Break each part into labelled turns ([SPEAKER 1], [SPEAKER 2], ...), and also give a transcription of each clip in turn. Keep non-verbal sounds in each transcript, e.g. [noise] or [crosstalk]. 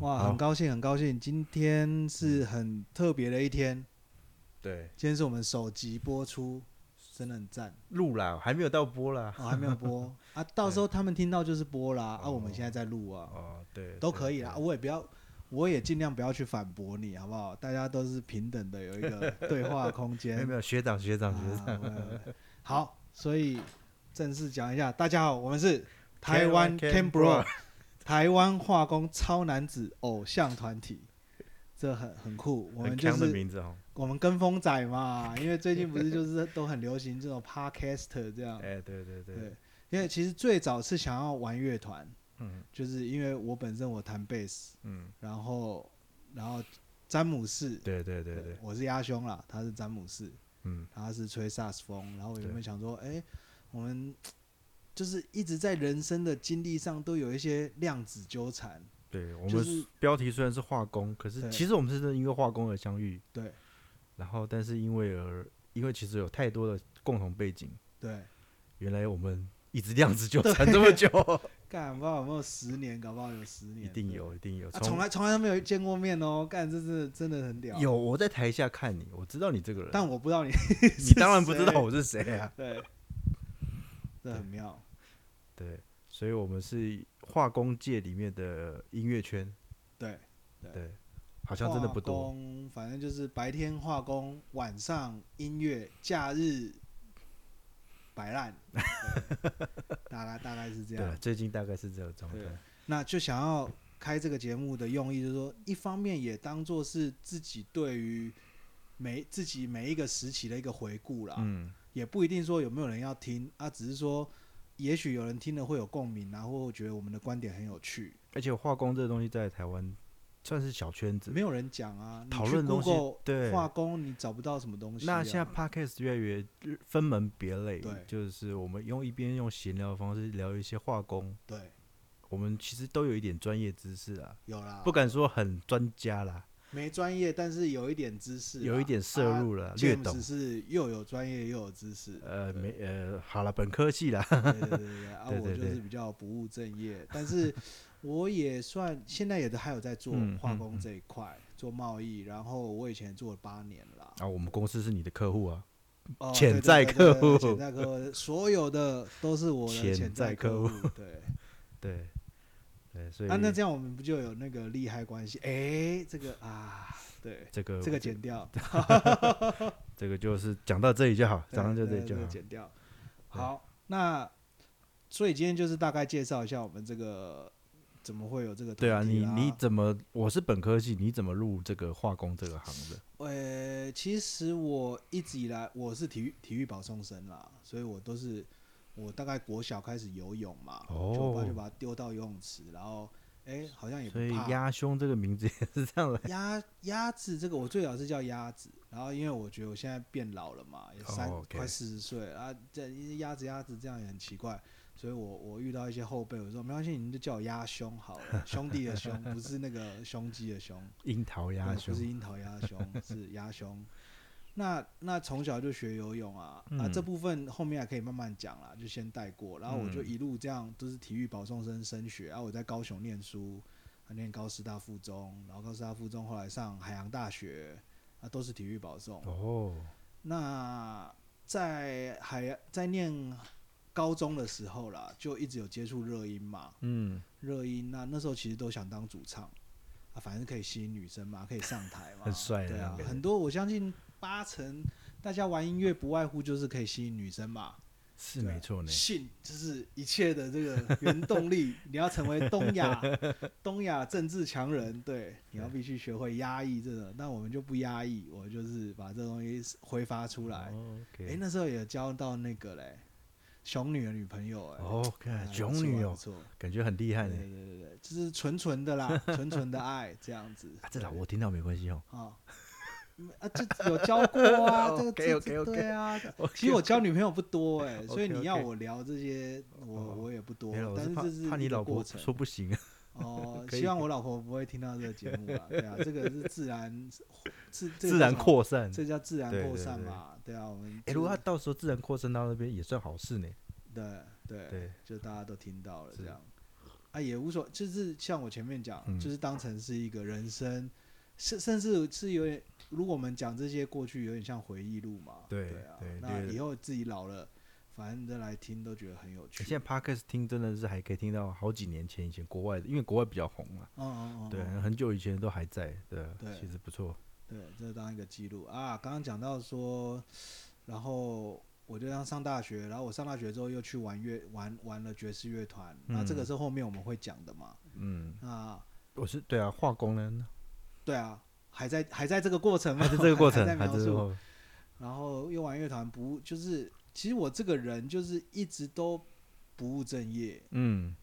[SPEAKER 1] 哇，
[SPEAKER 2] 好
[SPEAKER 1] 很高兴，很高兴，今天是很特别的一
[SPEAKER 2] 嗯
[SPEAKER 1] 天，
[SPEAKER 2] 对，
[SPEAKER 1] 今天是我们首集播出，真的很赞。
[SPEAKER 2] 录啦，还没有到播啦。
[SPEAKER 1] 哦，还没有
[SPEAKER 2] [laughs]
[SPEAKER 1] 播啊，到时候他们听到就是播啦，啊，我们现在在录啊，
[SPEAKER 2] 哦，对，
[SPEAKER 1] 都
[SPEAKER 2] 对
[SPEAKER 1] 可以啦，啊。我也不要，我也尽量不要去反驳你，好不好？大家都是平等的，有一个对话空
[SPEAKER 2] 对
[SPEAKER 1] 间。
[SPEAKER 2] [laughs] 没有没有，学长学长学
[SPEAKER 1] 啊
[SPEAKER 2] 长，
[SPEAKER 1] 喂喂
[SPEAKER 2] [laughs]
[SPEAKER 1] 喂好，所以正式讲一下，大家好，我们是台湾 c a m b r
[SPEAKER 2] Canberra
[SPEAKER 1] a 台湾化工超男子偶像团体，这很很酷。我们
[SPEAKER 2] 很
[SPEAKER 1] 就
[SPEAKER 2] 强的
[SPEAKER 1] 是
[SPEAKER 2] 名字哦。
[SPEAKER 1] 我们跟风仔嘛，因为最近不是就是都很流行这种 podcaster 这样，
[SPEAKER 2] 哎， [laughs] 对对对，
[SPEAKER 1] 啊对，因为其实最早是想要玩乐团，
[SPEAKER 2] 嗯
[SPEAKER 1] 就是因为我本身我弹贝斯，
[SPEAKER 2] 嗯，
[SPEAKER 1] 然后然后詹姆士，
[SPEAKER 2] 对对对对，
[SPEAKER 1] 我是鸭兄啦，他是詹姆士，
[SPEAKER 2] 嗯
[SPEAKER 1] 他是吹萨克斯风，然后我原
[SPEAKER 2] 对
[SPEAKER 1] 本想说，哎、我们就是一直在人生的经历上都有一些量子纠缠，
[SPEAKER 2] 对，我
[SPEAKER 1] 就
[SPEAKER 2] 们
[SPEAKER 1] 是
[SPEAKER 2] 标题虽然是化工，可是
[SPEAKER 1] 对
[SPEAKER 2] 其实我们是真的因为化工而相遇，
[SPEAKER 1] 对
[SPEAKER 2] 然后但是因为而因为其实有太多的共同背景，
[SPEAKER 1] 对，
[SPEAKER 2] 原来我们一直量子纠缠这么
[SPEAKER 1] [laughs]
[SPEAKER 2] 久，
[SPEAKER 1] 干不知道有没有十年，搞不好有十年，
[SPEAKER 2] 一定
[SPEAKER 1] 对
[SPEAKER 2] 有一定有，
[SPEAKER 1] 啊，从来从来都没有见过面哦，干这是真的很屌，
[SPEAKER 2] 有，我在台下看你，我知道你这个人，
[SPEAKER 1] 但我不知道你， [laughs]
[SPEAKER 2] 你当然不知道
[SPEAKER 1] 谁
[SPEAKER 2] 我是谁啊。
[SPEAKER 1] 对，这很妙，
[SPEAKER 2] 对，所以我们是化工界里面的音乐圈，
[SPEAKER 1] 对，
[SPEAKER 2] 对，好像真的不
[SPEAKER 1] 化
[SPEAKER 2] 多。
[SPEAKER 1] 工反正就是白天化工，晚上音乐，假日摆烂，
[SPEAKER 2] [laughs]
[SPEAKER 1] 对大概大概是这样
[SPEAKER 2] 对，。最近大概是这个状态
[SPEAKER 1] 对。啊那就想要开这个节目的用意，就是说，一方面也当做是自己对于每自己每一个时期的一个回顾啦，
[SPEAKER 2] 嗯，
[SPEAKER 1] 也不一定说有没有人要听啊，只是说，也许有人听了会有共鸣啊，或觉得我们的观点很有趣，
[SPEAKER 2] 而且化工这个东西在台湾算是小圈子
[SPEAKER 1] 没，有人讲啊，
[SPEAKER 2] 讨论东西
[SPEAKER 1] Google
[SPEAKER 2] 对
[SPEAKER 1] 化工你找不到什么东西、啊。
[SPEAKER 2] 那现在 podcast 越来越分门别类
[SPEAKER 1] 对，
[SPEAKER 2] 就是我们用一边用闲聊的方式聊一些化工，
[SPEAKER 1] 对
[SPEAKER 2] 我们其实都有一点专业知识啊，
[SPEAKER 1] 有啦，
[SPEAKER 2] 不敢说很专家啦，
[SPEAKER 1] 没专业，但是有一点知识啦，
[SPEAKER 2] 有一点摄入了，略懂
[SPEAKER 1] 只。是又有专业又有知识，
[SPEAKER 2] 呃，
[SPEAKER 1] 对
[SPEAKER 2] 没呃，好了，本科系啦， [laughs]
[SPEAKER 1] 对对对对对，啊，
[SPEAKER 2] 对
[SPEAKER 1] 我
[SPEAKER 2] 对
[SPEAKER 1] 就
[SPEAKER 2] 对
[SPEAKER 1] 是比较不务正业，但是我也算现在也都还有在做
[SPEAKER 2] 嗯
[SPEAKER 1] 化
[SPEAKER 2] 嗯
[SPEAKER 1] 工
[SPEAKER 2] 嗯
[SPEAKER 1] 这一块，做贸易，然后我以前做了八年啦，
[SPEAKER 2] 啊，我们公司是你的客户啊，
[SPEAKER 1] 哦
[SPEAKER 2] 潜
[SPEAKER 1] 对对
[SPEAKER 2] 在
[SPEAKER 1] 对
[SPEAKER 2] 客
[SPEAKER 1] 对对
[SPEAKER 2] 户
[SPEAKER 1] 潜在客户，所有的都是我的
[SPEAKER 2] 潜
[SPEAKER 1] 潜在
[SPEAKER 2] 在
[SPEAKER 1] 客
[SPEAKER 2] 客
[SPEAKER 1] 户，
[SPEAKER 2] [laughs]
[SPEAKER 1] 对，
[SPEAKER 2] 对，对，所以
[SPEAKER 1] 啊，那这样我们不就有那个利害关系？哎，这个啊，对，
[SPEAKER 2] 这个
[SPEAKER 1] 这个
[SPEAKER 2] 我
[SPEAKER 1] 剪掉，
[SPEAKER 2] 这个就是讲到这里就好，
[SPEAKER 1] 对
[SPEAKER 2] 讲到这
[SPEAKER 1] 对
[SPEAKER 2] 里就
[SPEAKER 1] 这个
[SPEAKER 2] 好。
[SPEAKER 1] 剪掉。
[SPEAKER 2] 对
[SPEAKER 1] 好，那所以今天就是大概介绍一下我们这个怎么会有这个
[SPEAKER 2] 对啊，
[SPEAKER 1] 团体
[SPEAKER 2] 你
[SPEAKER 1] 啦
[SPEAKER 2] 你怎么？我是本科系，你怎么入这个化工这个行的？
[SPEAKER 1] 呃，其实我一直以来我是体育体育保送生啦，所以我都是我大概国小开始游泳嘛，就我爸就
[SPEAKER 2] 哦
[SPEAKER 1] 把它丢到游泳池，然后哎好像也不
[SPEAKER 2] 所以
[SPEAKER 1] 怕。
[SPEAKER 2] 鸭胸这个名字也 [laughs] 是这样来。
[SPEAKER 1] 鸭鸭子这个我最早是叫鸭子，然后因为我觉得我现在变老了嘛，也三、
[SPEAKER 2] 哦，OK
[SPEAKER 1] 快四十岁了啊，这鸭子鸭子这样也很奇怪，所以我我遇到一些后辈，我说没关系，你们就叫我鸭兄好
[SPEAKER 2] [laughs]
[SPEAKER 1] 了，兄弟的兄，不是那个胸肌的胸。
[SPEAKER 2] 樱桃鸭
[SPEAKER 1] 对
[SPEAKER 2] 胸
[SPEAKER 1] 嗯不，是樱桃鸭胸，是鸭胸。那那从小就学游泳啊、啊，
[SPEAKER 2] 嗯
[SPEAKER 1] 这部分后面还可以慢慢讲啦，就先带过。然后我就
[SPEAKER 2] 嗯
[SPEAKER 1] 一路这样都是体育保送生升学，啊然、后我在高雄念书，啊念高师大附中，然后高师大附中后来上海洋大学，啊都是体育保送。
[SPEAKER 2] 哦，
[SPEAKER 1] 那在海在念高中的时候啦，就一直有接触热音嘛，
[SPEAKER 2] 嗯，
[SPEAKER 1] 热音，那那时候其实都想当主唱啊，反正可以吸引女生嘛，可以上台
[SPEAKER 2] [laughs]
[SPEAKER 1] 嘛，
[SPEAKER 2] 很帅的
[SPEAKER 1] 对啊
[SPEAKER 2] 那，个
[SPEAKER 1] 很多我相信八成大家玩音乐不外乎就是可以吸引女生嘛，
[SPEAKER 2] 是
[SPEAKER 1] 对啊
[SPEAKER 2] 没错呢。
[SPEAKER 1] 性就是一切的这个原动力，你要成为
[SPEAKER 2] [laughs]
[SPEAKER 1] 东亚东亚政治强人，对，你要必须学会压抑这个，那我们就不压抑，我就是把这东西挥发出来。
[SPEAKER 2] 哦
[SPEAKER 1] 诶，
[SPEAKER 2] ，OK，
[SPEAKER 1] 那时候也交到那个嘞，熊女的女朋友哎、
[SPEAKER 2] 哦看
[SPEAKER 1] 哎不
[SPEAKER 2] 熊
[SPEAKER 1] 错
[SPEAKER 2] 女
[SPEAKER 1] 啊
[SPEAKER 2] 哦
[SPEAKER 1] 不，错。
[SPEAKER 2] 感觉很厉害
[SPEAKER 1] 对
[SPEAKER 2] 呢。
[SPEAKER 1] 对对对，就是纯纯的
[SPEAKER 2] [laughs]
[SPEAKER 1] 啦，纯纯的爱这样子。
[SPEAKER 2] 啊，这老我听到没关系哦。 [laughs]
[SPEAKER 1] 啊啊，这有交过啊，这个这
[SPEAKER 2] OK，OK，OK
[SPEAKER 1] 这对啊。
[SPEAKER 2] OK，
[SPEAKER 1] 其实我交女朋友不多哎，
[SPEAKER 2] OK，OK 哦
[SPEAKER 1] 所以你要我聊这些，我我也不多
[SPEAKER 2] 没有，，我
[SPEAKER 1] 但是
[SPEAKER 2] 怕
[SPEAKER 1] 这是
[SPEAKER 2] 怕
[SPEAKER 1] 一
[SPEAKER 2] 你
[SPEAKER 1] 个
[SPEAKER 2] 哎老
[SPEAKER 1] 过
[SPEAKER 2] 婆
[SPEAKER 1] 程
[SPEAKER 2] 说不行啊。
[SPEAKER 1] 哦。
[SPEAKER 2] [laughs] 可以
[SPEAKER 1] 希望我老婆不会听到这个节目啊，对啊，这个是自然自这个
[SPEAKER 2] 自
[SPEAKER 1] 叫
[SPEAKER 2] 然
[SPEAKER 1] 什么，
[SPEAKER 2] 扩散。
[SPEAKER 1] 这叫自然
[SPEAKER 2] 对
[SPEAKER 1] 扩
[SPEAKER 2] 对
[SPEAKER 1] 散
[SPEAKER 2] 对
[SPEAKER 1] 嘛，对啊，我们
[SPEAKER 2] 哎，如
[SPEAKER 1] 就
[SPEAKER 2] 果
[SPEAKER 1] 是
[SPEAKER 2] 他到时候自然扩散到那边也算好事呢。
[SPEAKER 1] 对对
[SPEAKER 2] 对，
[SPEAKER 1] 就大家都听到了这
[SPEAKER 2] 是
[SPEAKER 1] 样。啊，也无所，就是像我前面讲，
[SPEAKER 2] 嗯
[SPEAKER 1] 就是当成是一个人生，甚甚至是有点，如果我们讲这些过去，有点像回忆录嘛。
[SPEAKER 2] 对
[SPEAKER 1] 啊
[SPEAKER 2] 对，
[SPEAKER 1] 那
[SPEAKER 2] 对
[SPEAKER 1] 以后自己老了，反正再来听都觉得很有趣。嗯
[SPEAKER 2] 现在 podcast 听真的是还可以听到好几年前以前国外的，因为国外比较红嘛，
[SPEAKER 1] 嗯嗯嗯，
[SPEAKER 2] 对，
[SPEAKER 1] 嗯
[SPEAKER 2] 很久以前都还在，对，
[SPEAKER 1] 对
[SPEAKER 2] 其实不错，
[SPEAKER 1] 对，这当一个记录啊。刚刚讲到说，然后我就让上大学，然后我上大学之后又去玩乐玩玩了爵士乐团，那这个
[SPEAKER 2] 嗯
[SPEAKER 1] 是后面我们会讲的嘛。
[SPEAKER 2] 嗯，
[SPEAKER 1] 那
[SPEAKER 2] 我是对啊，化工
[SPEAKER 1] [laughs]
[SPEAKER 2] 呢，
[SPEAKER 1] 对啊，还在还在这个过程嘛，
[SPEAKER 2] 还是这个过程，
[SPEAKER 1] 还在
[SPEAKER 2] 还
[SPEAKER 1] 描
[SPEAKER 2] 是
[SPEAKER 1] 述。
[SPEAKER 2] 后
[SPEAKER 1] 然后又玩乐团，不务就是其实我这个人就是一直都不务正业，
[SPEAKER 2] 嗯，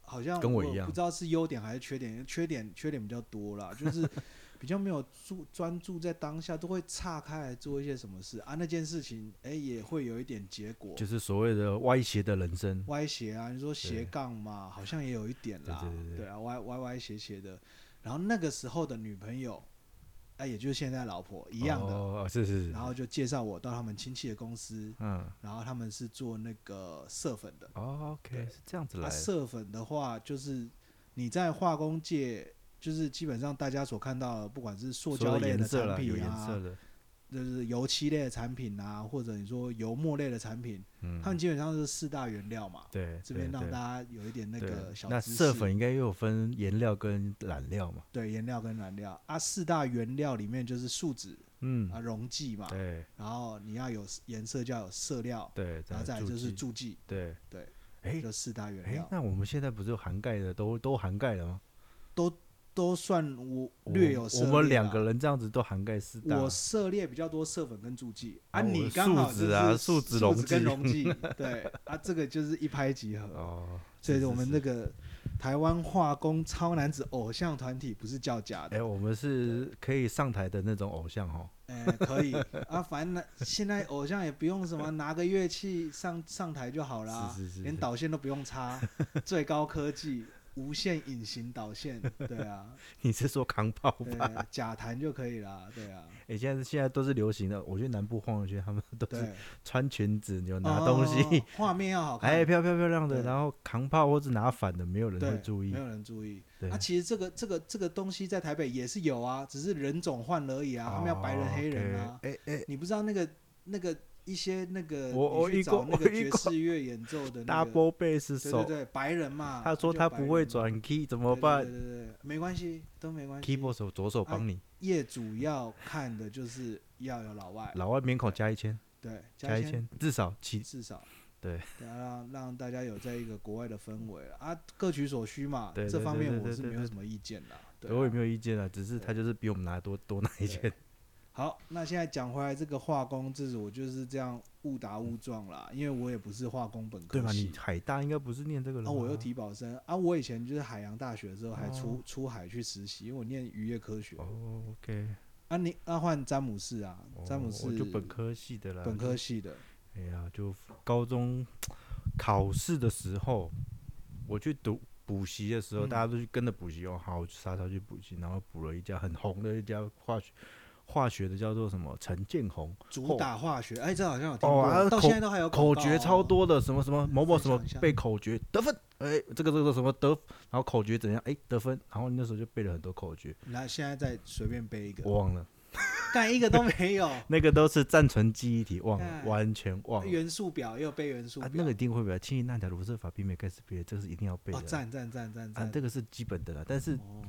[SPEAKER 1] 好像
[SPEAKER 2] 跟我
[SPEAKER 1] 我
[SPEAKER 2] 一样
[SPEAKER 1] 不知道是优点还是缺点，缺点缺点比较多啦，就是 [laughs] 比较没有注专注在当下，都会岔开来做一些什么事啊，那件事情哎、也会有一点结果
[SPEAKER 2] 就是所谓的歪斜的人生，
[SPEAKER 1] 歪斜啊，你说斜
[SPEAKER 2] 对
[SPEAKER 1] 杠嘛，好像也有一点啦，
[SPEAKER 2] 对对对对
[SPEAKER 1] 啊，歪歪歪斜斜的，然后那个时候的女朋友，哎、也就是现在老婆 [laughs] 一样的，
[SPEAKER 2] 哦，是是是，
[SPEAKER 1] 然后就介绍我到他们亲戚的公司，
[SPEAKER 2] 嗯
[SPEAKER 1] 然后他们是做那个色粉的。
[SPEAKER 2] 哦，OK，
[SPEAKER 1] 对
[SPEAKER 2] 是这样子
[SPEAKER 1] 啊，
[SPEAKER 2] 来的，
[SPEAKER 1] 色粉的话，就是你在化工界，就是基本上大家所看到的，不管是塑
[SPEAKER 2] 所有
[SPEAKER 1] 胶类
[SPEAKER 2] 颜
[SPEAKER 1] 的
[SPEAKER 2] 色
[SPEAKER 1] 产
[SPEAKER 2] 了，有
[SPEAKER 1] 品
[SPEAKER 2] 颜色
[SPEAKER 1] 啊，
[SPEAKER 2] 的，
[SPEAKER 1] 就是油漆类的产品啊，或者你说油墨类的产品，
[SPEAKER 2] 嗯
[SPEAKER 1] 他，们基本上是四大原料嘛。
[SPEAKER 2] 对，
[SPEAKER 1] 这边
[SPEAKER 2] 对
[SPEAKER 1] 让
[SPEAKER 2] 对
[SPEAKER 1] 大家有一点那
[SPEAKER 2] 对
[SPEAKER 1] 个小
[SPEAKER 2] 那
[SPEAKER 1] 知
[SPEAKER 2] 色
[SPEAKER 1] 识
[SPEAKER 2] 粉应该又有分颜料跟染料嘛，
[SPEAKER 1] 对颜料跟染料啊，四大原料里面就是树脂
[SPEAKER 2] 嗯
[SPEAKER 1] 啊、，溶剂嘛，
[SPEAKER 2] 对
[SPEAKER 1] 然后你要有颜色就要有色料，
[SPEAKER 2] 对，
[SPEAKER 1] 然后再来
[SPEAKER 2] 助
[SPEAKER 1] 就是
[SPEAKER 2] 剂
[SPEAKER 1] 助剂，
[SPEAKER 2] 对
[SPEAKER 1] 对，
[SPEAKER 2] 哎
[SPEAKER 1] 就四大原
[SPEAKER 2] 哎
[SPEAKER 1] 料，
[SPEAKER 2] 那我们现在不是有涵盖的都都涵盖了吗？
[SPEAKER 1] 都算我
[SPEAKER 2] 我
[SPEAKER 1] 略有涉
[SPEAKER 2] 我们
[SPEAKER 1] 猎
[SPEAKER 2] 两
[SPEAKER 1] 啦
[SPEAKER 2] 个人这样子都涵盖四大，
[SPEAKER 1] 我涉猎比较多色粉跟助剂啊，
[SPEAKER 2] 啊我
[SPEAKER 1] 你刚好
[SPEAKER 2] 树
[SPEAKER 1] 就
[SPEAKER 2] 脂啊
[SPEAKER 1] 是
[SPEAKER 2] 树脂溶
[SPEAKER 1] 跟
[SPEAKER 2] 剂 [laughs]
[SPEAKER 1] 溶剂，对啊，这个就是一拍即合。
[SPEAKER 2] 哦，
[SPEAKER 1] 所以
[SPEAKER 2] 是
[SPEAKER 1] 我
[SPEAKER 2] 是
[SPEAKER 1] 们
[SPEAKER 2] 是
[SPEAKER 1] 那个台湾化工超男子偶像团体不是叫假
[SPEAKER 2] 哎、
[SPEAKER 1] 的，
[SPEAKER 2] 我们是可以上台的那种偶像哦。
[SPEAKER 1] 哎，可以 [laughs] 啊，反正呢现在偶像也不用
[SPEAKER 2] [laughs]
[SPEAKER 1] 什么拿个乐器上上台就好啦，
[SPEAKER 2] 是是是
[SPEAKER 1] 啊连
[SPEAKER 2] 是
[SPEAKER 1] 导线都不
[SPEAKER 2] [laughs]
[SPEAKER 1] 用插，最高科技。无线隐形导线，对啊，
[SPEAKER 2] 你是说扛炮
[SPEAKER 1] 对
[SPEAKER 2] 吧？
[SPEAKER 1] 假弹就可以啦，对啊，
[SPEAKER 2] 哎、现在是现在都是流行的，我觉得南部晃悠圈他们都是
[SPEAKER 1] 对，
[SPEAKER 2] 穿裙子，有拿东西
[SPEAKER 1] 哦，画面要好看，
[SPEAKER 2] 哎、漂漂漂亮的，
[SPEAKER 1] 对
[SPEAKER 2] 然后扛炮或者拿反的，没有人
[SPEAKER 1] 对，
[SPEAKER 2] 会注意
[SPEAKER 1] 没。有人注意。
[SPEAKER 2] 对，
[SPEAKER 1] 啊，其实这个这个这个东西在台北也是有啊，只是人种换了而已啊，他们要白人、黑人啊
[SPEAKER 2] 哦。，OK，哎、哎、
[SPEAKER 1] 你不知道那个那个一些那个，
[SPEAKER 2] 我我
[SPEAKER 1] 你去
[SPEAKER 2] 遇
[SPEAKER 1] 找
[SPEAKER 2] 过
[SPEAKER 1] 那个
[SPEAKER 2] 我遇
[SPEAKER 1] 爵
[SPEAKER 2] 过
[SPEAKER 1] 士乐演奏的那个，
[SPEAKER 2] ，double bass
[SPEAKER 1] 对
[SPEAKER 2] 手
[SPEAKER 1] 对，对，白人嘛。
[SPEAKER 2] 他说
[SPEAKER 1] 就
[SPEAKER 2] 他
[SPEAKER 1] 白人
[SPEAKER 2] 不会
[SPEAKER 1] 嘛
[SPEAKER 2] 转 key，怎么
[SPEAKER 1] 对对
[SPEAKER 2] 办
[SPEAKER 1] 对对对，没关系，都没关
[SPEAKER 2] k e y
[SPEAKER 1] 系
[SPEAKER 2] b。o a r d 手左
[SPEAKER 1] 哎
[SPEAKER 2] 手帮你，
[SPEAKER 1] 业主要看的就是要有老外，
[SPEAKER 2] 老外面孔加一千，
[SPEAKER 1] 对，
[SPEAKER 2] 加
[SPEAKER 1] 一
[SPEAKER 2] 一千，至少起。
[SPEAKER 1] 至少
[SPEAKER 2] 对，
[SPEAKER 1] 啊让让大家有在一个国外的氛围了啊，各取所需嘛。
[SPEAKER 2] 对
[SPEAKER 1] 这
[SPEAKER 2] 对
[SPEAKER 1] 方
[SPEAKER 2] 对
[SPEAKER 1] 面
[SPEAKER 2] 对
[SPEAKER 1] 我
[SPEAKER 2] 对
[SPEAKER 1] 是
[SPEAKER 2] 对
[SPEAKER 1] 没有
[SPEAKER 2] 对
[SPEAKER 1] 什么意见啦。对
[SPEAKER 2] 我也
[SPEAKER 1] 啊
[SPEAKER 2] 没有意见啊，只是他就是比我们拿多多拿一千
[SPEAKER 1] 对。好，那现在讲回来，这个化工自主我就是这样误打误撞啦，因为我也不是化工本科
[SPEAKER 2] [laughs] 对吧？
[SPEAKER 1] 系
[SPEAKER 2] 你，海大应该不是念这个了
[SPEAKER 1] 然
[SPEAKER 2] 吧，
[SPEAKER 1] 后哦我又提保生啊，我以前就是海洋大学的时候还出、
[SPEAKER 2] 哦
[SPEAKER 1] 出海去实习，因为我念渔业科学、
[SPEAKER 2] 哦，OK，
[SPEAKER 1] 啊你，那换詹姆士啊，
[SPEAKER 2] 哦
[SPEAKER 1] 詹姆
[SPEAKER 2] 我
[SPEAKER 1] 士
[SPEAKER 2] 就本科啊系的啦，
[SPEAKER 1] 本科系的，
[SPEAKER 2] 哎呀，就高中考试的时候，我去读补习的时候，
[SPEAKER 1] 嗯
[SPEAKER 2] 大家都去跟着补习哦，好，我去沙沙去补习，然后补了一家很红的一家化学化学的叫做什么陈建宏，
[SPEAKER 1] 主打化学，哎，这好像有听
[SPEAKER 2] 哦
[SPEAKER 1] 过，
[SPEAKER 2] 啊
[SPEAKER 1] 到
[SPEAKER 2] 口
[SPEAKER 1] 现在都还有
[SPEAKER 2] 口
[SPEAKER 1] 广告
[SPEAKER 2] 诀
[SPEAKER 1] 哦
[SPEAKER 2] 超，多的，什么什么某某什么
[SPEAKER 1] 分享一下
[SPEAKER 2] 被口诀得分，哎，这个这个什么得，然后口诀怎样，哎得分，然后那时候就背了很多口诀，
[SPEAKER 1] 来现在再随便背一个，
[SPEAKER 2] 我忘了，
[SPEAKER 1] 干一个都
[SPEAKER 2] [laughs]
[SPEAKER 1] 没有，
[SPEAKER 2] 那个都是暂存记忆体，忘了，
[SPEAKER 1] 哎
[SPEAKER 2] 完全忘了。
[SPEAKER 1] 元素表又背元素
[SPEAKER 2] 哦啊
[SPEAKER 1] 表，，
[SPEAKER 2] 那个一定会背，氢银钠钾卢瑟法媲美盖茨比尔，这个是一定要背的
[SPEAKER 1] 哦，
[SPEAKER 2] 啊。
[SPEAKER 1] 赞赞赞赞
[SPEAKER 2] 啊
[SPEAKER 1] 赞，，
[SPEAKER 2] 这个是基本的啦，但是
[SPEAKER 1] 哦。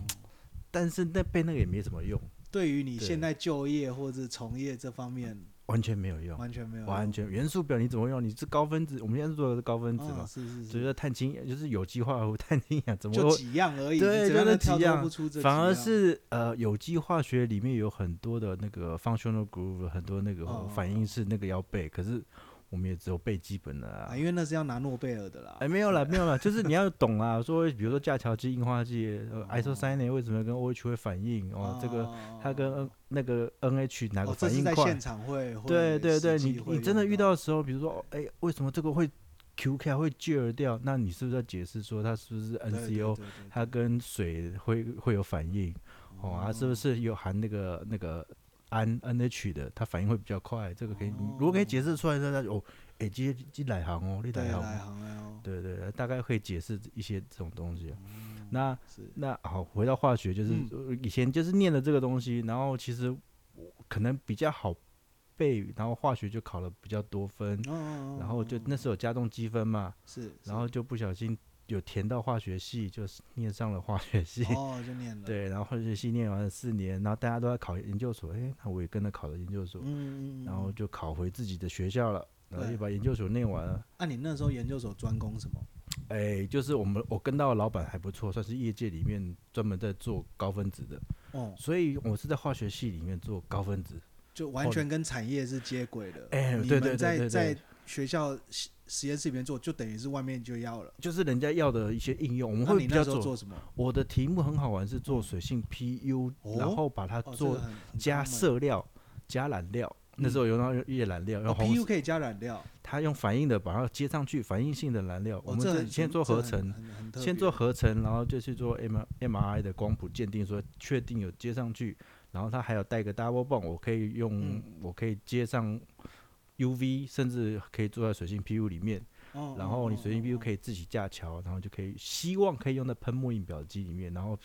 [SPEAKER 2] 但是那背那个也没什么用，
[SPEAKER 1] 对于你
[SPEAKER 2] 对
[SPEAKER 1] 现在就业或者从业这方面，
[SPEAKER 2] 完全没有用，
[SPEAKER 1] 完全没有用，
[SPEAKER 2] 完全元素表你怎么会用？你是高分子，我们现在做的是高分子
[SPEAKER 1] 啊
[SPEAKER 2] 嘛，
[SPEAKER 1] 是是
[SPEAKER 2] 所以
[SPEAKER 1] 是，
[SPEAKER 2] 说碳氢就是有机化合物碳氢氧，怎么
[SPEAKER 1] 就
[SPEAKER 2] 会？
[SPEAKER 1] 几样而已，
[SPEAKER 2] 对
[SPEAKER 1] 你怎么
[SPEAKER 2] 就那
[SPEAKER 1] 能跳
[SPEAKER 2] 几样
[SPEAKER 1] 脱不出这几样，
[SPEAKER 2] 反而是呃，有机化学里面有很多的那个 functional group，很多那个
[SPEAKER 1] 哦
[SPEAKER 2] 反应式那个要背，可是我们也只有背基本的啦
[SPEAKER 1] 啊，。因为那是要拿诺贝尔的啦
[SPEAKER 2] 哎，，没有啦，没有啦，就是你要懂啊， [laughs] 说比如说架桥基、硬化剂、呃
[SPEAKER 1] 哦
[SPEAKER 2] isocyanate 为什么跟 OH 会反应？哦，这个
[SPEAKER 1] 哦
[SPEAKER 2] 它跟 N 那个 NH 哪个
[SPEAKER 1] 哦这
[SPEAKER 2] 反
[SPEAKER 1] 是
[SPEAKER 2] 应
[SPEAKER 1] 在
[SPEAKER 2] 快
[SPEAKER 1] 现？场会，会
[SPEAKER 2] 对对对，
[SPEAKER 1] 实际
[SPEAKER 2] 你
[SPEAKER 1] 会哦
[SPEAKER 2] 你真的
[SPEAKER 1] 用
[SPEAKER 2] 遇到的时候，比如说，哎、为什么这个会 QK 会 j 掉？那你是不是要解释说它是不是
[SPEAKER 1] 对对
[SPEAKER 2] NCO？
[SPEAKER 1] 对对对
[SPEAKER 2] 它跟水会会有反应哦，它是不
[SPEAKER 1] 哦
[SPEAKER 2] 是有含那个那个氨 NH 的？它反应会比较快，这个可以，你如果可以解释出来，那那就哦，哎、哎，这这来行哦，你
[SPEAKER 1] 对，
[SPEAKER 2] 来行
[SPEAKER 1] 来
[SPEAKER 2] 哦，
[SPEAKER 1] 行了哦，
[SPEAKER 2] 对对对，大概会解释一些这种东西。啊那
[SPEAKER 1] 是
[SPEAKER 2] 那好，回到化学，就是、
[SPEAKER 1] 嗯
[SPEAKER 2] 呃以前就是念了这个东西，然后其实我可能比较好背，然后化学就考了比较多分，
[SPEAKER 1] 哦哦，哦
[SPEAKER 2] 然后就那时候有加重积分嘛，
[SPEAKER 1] 是，
[SPEAKER 2] 然后就不小心有填到化学系，就是念上了化学系
[SPEAKER 1] 是。哦就念
[SPEAKER 2] [laughs]
[SPEAKER 1] 了，
[SPEAKER 2] 对，然后化学系念完了四年，然后大家都在考研究所，哎，那我也跟着考了研究所，
[SPEAKER 1] 嗯，嗯，嗯
[SPEAKER 2] 然后
[SPEAKER 1] 嗯
[SPEAKER 2] 就考回自己的学校了，然后
[SPEAKER 1] 对
[SPEAKER 2] 就把研究所念完了。
[SPEAKER 1] 那啊你那时候研究所专攻什么？
[SPEAKER 2] 哎，就是我们我跟到的老板还不错，算是业界里面专门在做高分子的，
[SPEAKER 1] 哦，
[SPEAKER 2] 所以我是在化学系里面做高分子。
[SPEAKER 1] 就完全跟产业是接轨的。
[SPEAKER 2] 哎
[SPEAKER 1] 你
[SPEAKER 2] 对
[SPEAKER 1] 们
[SPEAKER 2] 对对
[SPEAKER 1] 在
[SPEAKER 2] 对对
[SPEAKER 1] 在学校实实验室里面做，就等于是外面就要了。
[SPEAKER 2] 就是人家要的一些应用，我们
[SPEAKER 1] 那
[SPEAKER 2] 会
[SPEAKER 1] 你
[SPEAKER 2] 比较
[SPEAKER 1] 那时候
[SPEAKER 2] 做。
[SPEAKER 1] 做什么？
[SPEAKER 2] 我的题目很好玩，是做水性 PU，、
[SPEAKER 1] 哦
[SPEAKER 2] 然后把它
[SPEAKER 1] 哦，这
[SPEAKER 2] 做、
[SPEAKER 1] 个很很
[SPEAKER 2] 加
[SPEAKER 1] common
[SPEAKER 2] 色料、加染料。那时候有那种液染料，
[SPEAKER 1] 哦
[SPEAKER 2] 用红色，
[SPEAKER 1] ，PU 可以加染料。
[SPEAKER 2] 它用反应的把它接上去，反应性的染料。我
[SPEAKER 1] 哦，
[SPEAKER 2] 们
[SPEAKER 1] 这
[SPEAKER 2] 自
[SPEAKER 1] 很
[SPEAKER 2] 己先做合
[SPEAKER 1] 这很
[SPEAKER 2] 成，
[SPEAKER 1] 很很特
[SPEAKER 2] 先
[SPEAKER 1] 别
[SPEAKER 2] 做合成，然后就去做 M M R I 的光谱鉴定，说确定有接上去，然后它还有带个 double bond，我可以用，
[SPEAKER 1] 嗯
[SPEAKER 2] 我可以接上 U V，甚至可以做在水性 P U 里面，
[SPEAKER 1] 哦
[SPEAKER 2] 然后你水性 P U 可
[SPEAKER 1] 以
[SPEAKER 2] 以自己架桥，然后就可以希望可以用在喷墨印表机里面，然后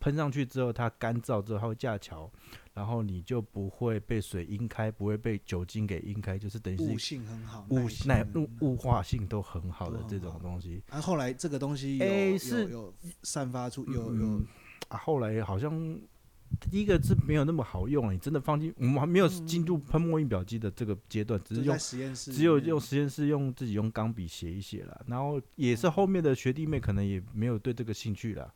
[SPEAKER 2] 喷上去之后它干燥之后它会架桥，然后你就不会被水阴开，不会被酒精给阴开，就是等于
[SPEAKER 1] 哦
[SPEAKER 2] 是
[SPEAKER 1] 悟性很好，
[SPEAKER 2] 雾
[SPEAKER 1] 性
[SPEAKER 2] 耐
[SPEAKER 1] 很
[SPEAKER 2] 雾
[SPEAKER 1] 好
[SPEAKER 2] 雾化性都很好
[SPEAKER 1] 都
[SPEAKER 2] 的
[SPEAKER 1] 很
[SPEAKER 2] 这
[SPEAKER 1] 好
[SPEAKER 2] 种东西。
[SPEAKER 1] 嗯啊，后来这个东西有
[SPEAKER 2] 哎
[SPEAKER 1] 有
[SPEAKER 2] 是
[SPEAKER 1] 有散发出有有
[SPEAKER 2] 嗯啊，后来好像第一个是没有那么好用，你真的放进我们还没有进入喷墨印表机的这个阶段，只
[SPEAKER 1] 嗯就是在
[SPEAKER 2] 用
[SPEAKER 1] 实验室里面，
[SPEAKER 2] 只有用实验室用自己用钢笔写一写了，然后也是后面的学弟妹可能也没有对这个兴趣了，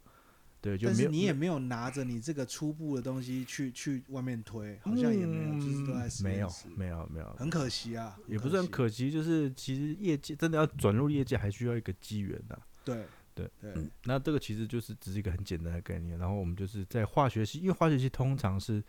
[SPEAKER 2] 对，就没
[SPEAKER 1] 但是
[SPEAKER 2] 有嗯
[SPEAKER 1] 你也没有拿着你这个初步的东西去去外面推，好像也没有，就是都在实
[SPEAKER 2] 没有
[SPEAKER 1] 验室，
[SPEAKER 2] 嗯没有没有，
[SPEAKER 1] 很可惜啊，
[SPEAKER 2] 也不是很
[SPEAKER 1] 惜
[SPEAKER 2] 可惜，就是其实业界真的要转入业界还需要一个机缘的。
[SPEAKER 1] 对
[SPEAKER 2] 对嗯
[SPEAKER 1] 对，
[SPEAKER 2] 那这个其实就是只是一个很简单的概念，然后我们就是在化学系，因为化学系通常是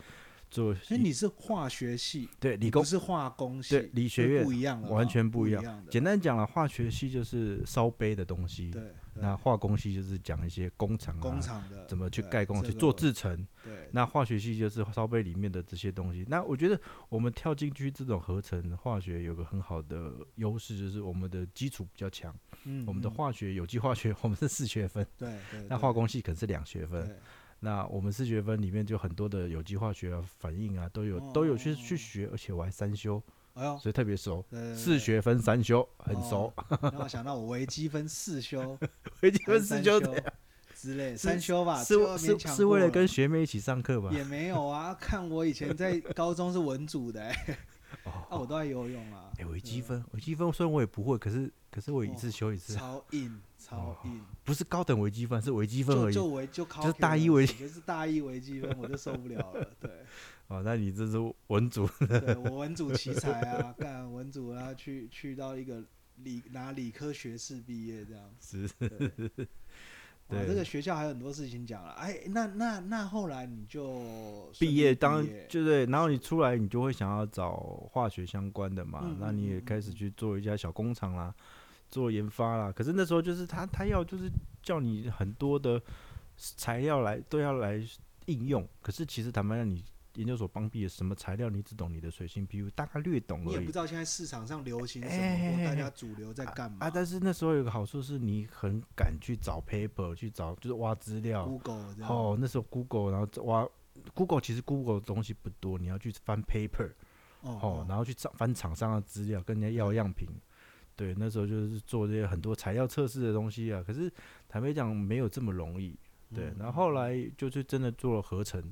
[SPEAKER 2] 做
[SPEAKER 1] 所以哎你是化学系，
[SPEAKER 2] 对理
[SPEAKER 1] 你
[SPEAKER 2] 工
[SPEAKER 1] 不是化工系，
[SPEAKER 2] 对理学
[SPEAKER 1] 就
[SPEAKER 2] 院
[SPEAKER 1] 不一样了嘛，
[SPEAKER 2] 完全不
[SPEAKER 1] 不
[SPEAKER 2] 一样
[SPEAKER 1] 样的，
[SPEAKER 2] 简单讲了，化学系就是烧杯的东西，
[SPEAKER 1] 对，对
[SPEAKER 2] 那化工系就是讲一些工厂、啊、
[SPEAKER 1] 工厂的
[SPEAKER 2] 怎么去
[SPEAKER 1] 对
[SPEAKER 2] 盖工
[SPEAKER 1] 这
[SPEAKER 2] 去
[SPEAKER 1] 个
[SPEAKER 2] 做
[SPEAKER 1] 我
[SPEAKER 2] 制成，
[SPEAKER 1] 对
[SPEAKER 2] 那化学系就是烧杯里面的这些东西。那我觉得我们跳进去这种合成化学有个很好的优势，就是我们的基础比较强，
[SPEAKER 1] 嗯
[SPEAKER 2] 我们的
[SPEAKER 1] 嗯
[SPEAKER 2] 化学有机化学我们是四学分，
[SPEAKER 1] 对对，
[SPEAKER 2] 那
[SPEAKER 1] 对
[SPEAKER 2] 化工系可能是两学分，
[SPEAKER 1] 对
[SPEAKER 2] 那我们四学分里面就很多的有机化学啊、反应啊都有都有去
[SPEAKER 1] 哦
[SPEAKER 2] 去学，而且我还三修，
[SPEAKER 1] 哎呦，
[SPEAKER 2] 所以特别熟。
[SPEAKER 1] 对对对哦
[SPEAKER 2] 四学分三修，很熟。 [laughs]
[SPEAKER 1] 让我想到我微积分四修，
[SPEAKER 2] 微积
[SPEAKER 1] 还
[SPEAKER 2] 分
[SPEAKER 1] 是
[SPEAKER 2] 四
[SPEAKER 1] 三
[SPEAKER 2] 修
[SPEAKER 1] 修
[SPEAKER 2] 的
[SPEAKER 1] 之类，
[SPEAKER 2] 是
[SPEAKER 1] 三修吧，
[SPEAKER 2] 是
[SPEAKER 1] 最后
[SPEAKER 2] 是
[SPEAKER 1] 勉强
[SPEAKER 2] 是为
[SPEAKER 1] 过
[SPEAKER 2] 了跟学妹一起上课吧？
[SPEAKER 1] 也没有啊，看我以前在高中是文组的、欸，啊，我都在游泳啊，
[SPEAKER 2] 哦哎，微积分，微积分虽然我也不会，可是可是我啊一次修一次，
[SPEAKER 1] 哦超硬，超硬，
[SPEAKER 2] 不是高等微积分，是微积分
[SPEAKER 1] 就
[SPEAKER 2] 而已
[SPEAKER 1] 就。微就考，
[SPEAKER 2] 是大一微
[SPEAKER 1] 就是大一微积分，我就受不了了，对，
[SPEAKER 2] 哦，那你这是文组，
[SPEAKER 1] 对我文组奇才啊，干文组啊，去去到一个理拿理科学士毕业这样
[SPEAKER 2] 是
[SPEAKER 1] 子，
[SPEAKER 2] [laughs]
[SPEAKER 1] 对。哇，
[SPEAKER 2] 对
[SPEAKER 1] 这个学校还有很多事情讲了。哎，那那那后来你就顺利
[SPEAKER 2] 毕业当
[SPEAKER 1] 业
[SPEAKER 2] 就对，然后你出来你就会想要找化学相关的嘛，
[SPEAKER 1] 嗯
[SPEAKER 2] 那你也开始去做一家小工厂啦，做研发啦。可是那时候就是他他要就是叫你很多的材料来都要来应用，可是其实坦白讲，你研究所帮毕业什么材料，你只懂你的水性 PU，大概略懂
[SPEAKER 1] 你也
[SPEAKER 2] 而
[SPEAKER 1] 不
[SPEAKER 2] 已
[SPEAKER 1] 知。道现在市场上流行什么，
[SPEAKER 2] 哎
[SPEAKER 1] 或大家主流在干嘛、
[SPEAKER 2] 啊，但是那时候有个好处是你很敢去找 paper，去找就是挖资料。
[SPEAKER 1] Google 这样。
[SPEAKER 2] 哦，那时候 Google，然后挖 Google 其实 Google 的东西不多，你要去翻 paper，哦，
[SPEAKER 1] 哦，
[SPEAKER 2] 然后去找翻厂商的资料，跟人家要样品。对，那时候就是做这些很多材料测试的东西啊。可是坦白讲，没有这么容易。对，
[SPEAKER 1] 嗯
[SPEAKER 2] 然后后来就是真的做了合成，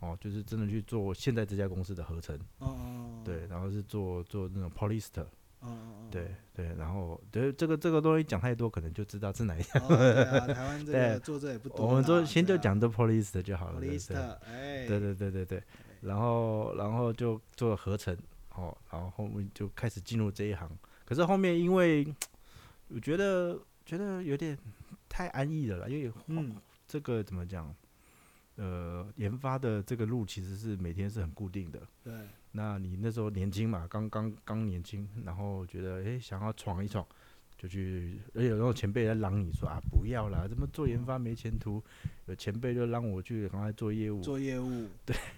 [SPEAKER 2] 哦，就是真的去做现在这家公司的合成。
[SPEAKER 1] 哦哦，
[SPEAKER 2] 对，然后是做做那种 polyester。
[SPEAKER 1] 哦哦，
[SPEAKER 2] 对对，然后对这个这个东西讲太多，可能就知道是哪一家。
[SPEAKER 1] 哦，对啊，台湾这个
[SPEAKER 2] [laughs] 对
[SPEAKER 1] 做这也不多啦。啊
[SPEAKER 2] 我们就先就讲这 polyester 就好了。对
[SPEAKER 1] l i
[SPEAKER 2] 对
[SPEAKER 1] s t 哎，
[SPEAKER 2] 对对对对对，然后然后就做了合成，哦，然后后面就开始进入这一行。可是后面因为我觉得觉得有点太安逸了啦，因为
[SPEAKER 1] 嗯，
[SPEAKER 2] 这个怎么讲，呃，研发的这个路其实是每天是很固定的。
[SPEAKER 1] 对，
[SPEAKER 2] 那你那时候年轻嘛，刚刚刚年轻，然后觉得诶想要闯一闯，哎就去，而且有时候前辈在嚷你说啊不要啦，这么做研发没前途，有前辈就让我去赶快做业务，
[SPEAKER 1] 做业务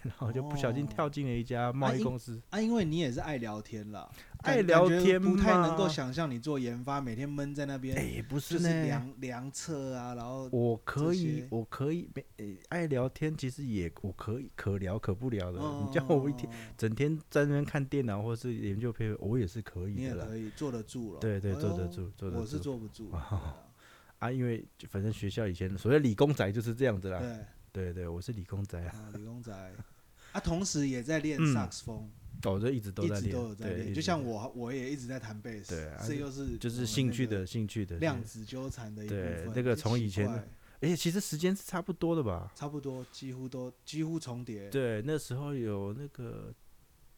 [SPEAKER 2] 然后就不小心
[SPEAKER 1] 哦
[SPEAKER 2] 跳进了一家贸易
[SPEAKER 1] 因
[SPEAKER 2] 公司，
[SPEAKER 1] 啊，因为你也是爱聊天啦，
[SPEAKER 2] 爱
[SPEAKER 1] 感
[SPEAKER 2] 聊
[SPEAKER 1] 感觉
[SPEAKER 2] 天
[SPEAKER 1] 不太能
[SPEAKER 2] 嘛
[SPEAKER 1] 够想象你做研发，每天闷在那边，
[SPEAKER 2] 哎、不
[SPEAKER 1] 就是是
[SPEAKER 2] 呢，
[SPEAKER 1] 量量测啊，然后
[SPEAKER 2] 我可
[SPEAKER 1] 这
[SPEAKER 2] 以
[SPEAKER 1] 些，
[SPEAKER 2] 我可以，没、诶爱聊天，其实也我可以可聊可不聊的。
[SPEAKER 1] 嗯
[SPEAKER 2] 你叫我一天整天在那边看电脑或是研究配备，我也是可
[SPEAKER 1] 你
[SPEAKER 2] 以
[SPEAKER 1] 也
[SPEAKER 2] 的啦
[SPEAKER 1] 可。以坐得住了，
[SPEAKER 2] 对对，
[SPEAKER 1] 哎
[SPEAKER 2] 坐得
[SPEAKER 1] 呦
[SPEAKER 2] 住，坐得
[SPEAKER 1] 我是
[SPEAKER 2] 住
[SPEAKER 1] 坐不住，
[SPEAKER 2] 啊，因为就反正学校以前所谓理工仔就是这样子
[SPEAKER 1] 对啊
[SPEAKER 2] 啦。
[SPEAKER 1] 对
[SPEAKER 2] 对对，我是理工仔啊，
[SPEAKER 1] 啊，理工仔。啊，同时也在练
[SPEAKER 2] 嗯
[SPEAKER 1] 萨克斯风，
[SPEAKER 2] 我哦就一直都
[SPEAKER 1] 一
[SPEAKER 2] 在
[SPEAKER 1] 直
[SPEAKER 2] 练，
[SPEAKER 1] 都有在
[SPEAKER 2] 对一
[SPEAKER 1] 练，
[SPEAKER 2] 直
[SPEAKER 1] 就像
[SPEAKER 2] 在
[SPEAKER 1] 我，我也一直在弹贝斯，
[SPEAKER 2] 对啊
[SPEAKER 1] 这又是
[SPEAKER 2] 就
[SPEAKER 1] 我
[SPEAKER 2] 是
[SPEAKER 1] 们
[SPEAKER 2] 兴趣
[SPEAKER 1] 那个
[SPEAKER 2] 的兴趣的
[SPEAKER 1] 量
[SPEAKER 2] 子，
[SPEAKER 1] 子纠缠的一部
[SPEAKER 2] 对
[SPEAKER 1] 分。
[SPEAKER 2] 那个
[SPEAKER 1] 就
[SPEAKER 2] 从
[SPEAKER 1] 奇
[SPEAKER 2] 以前
[SPEAKER 1] 怪
[SPEAKER 2] 而且其实时间是差不多的吧？
[SPEAKER 1] 差不多，几乎都几乎重叠。
[SPEAKER 2] 对，那时候有那个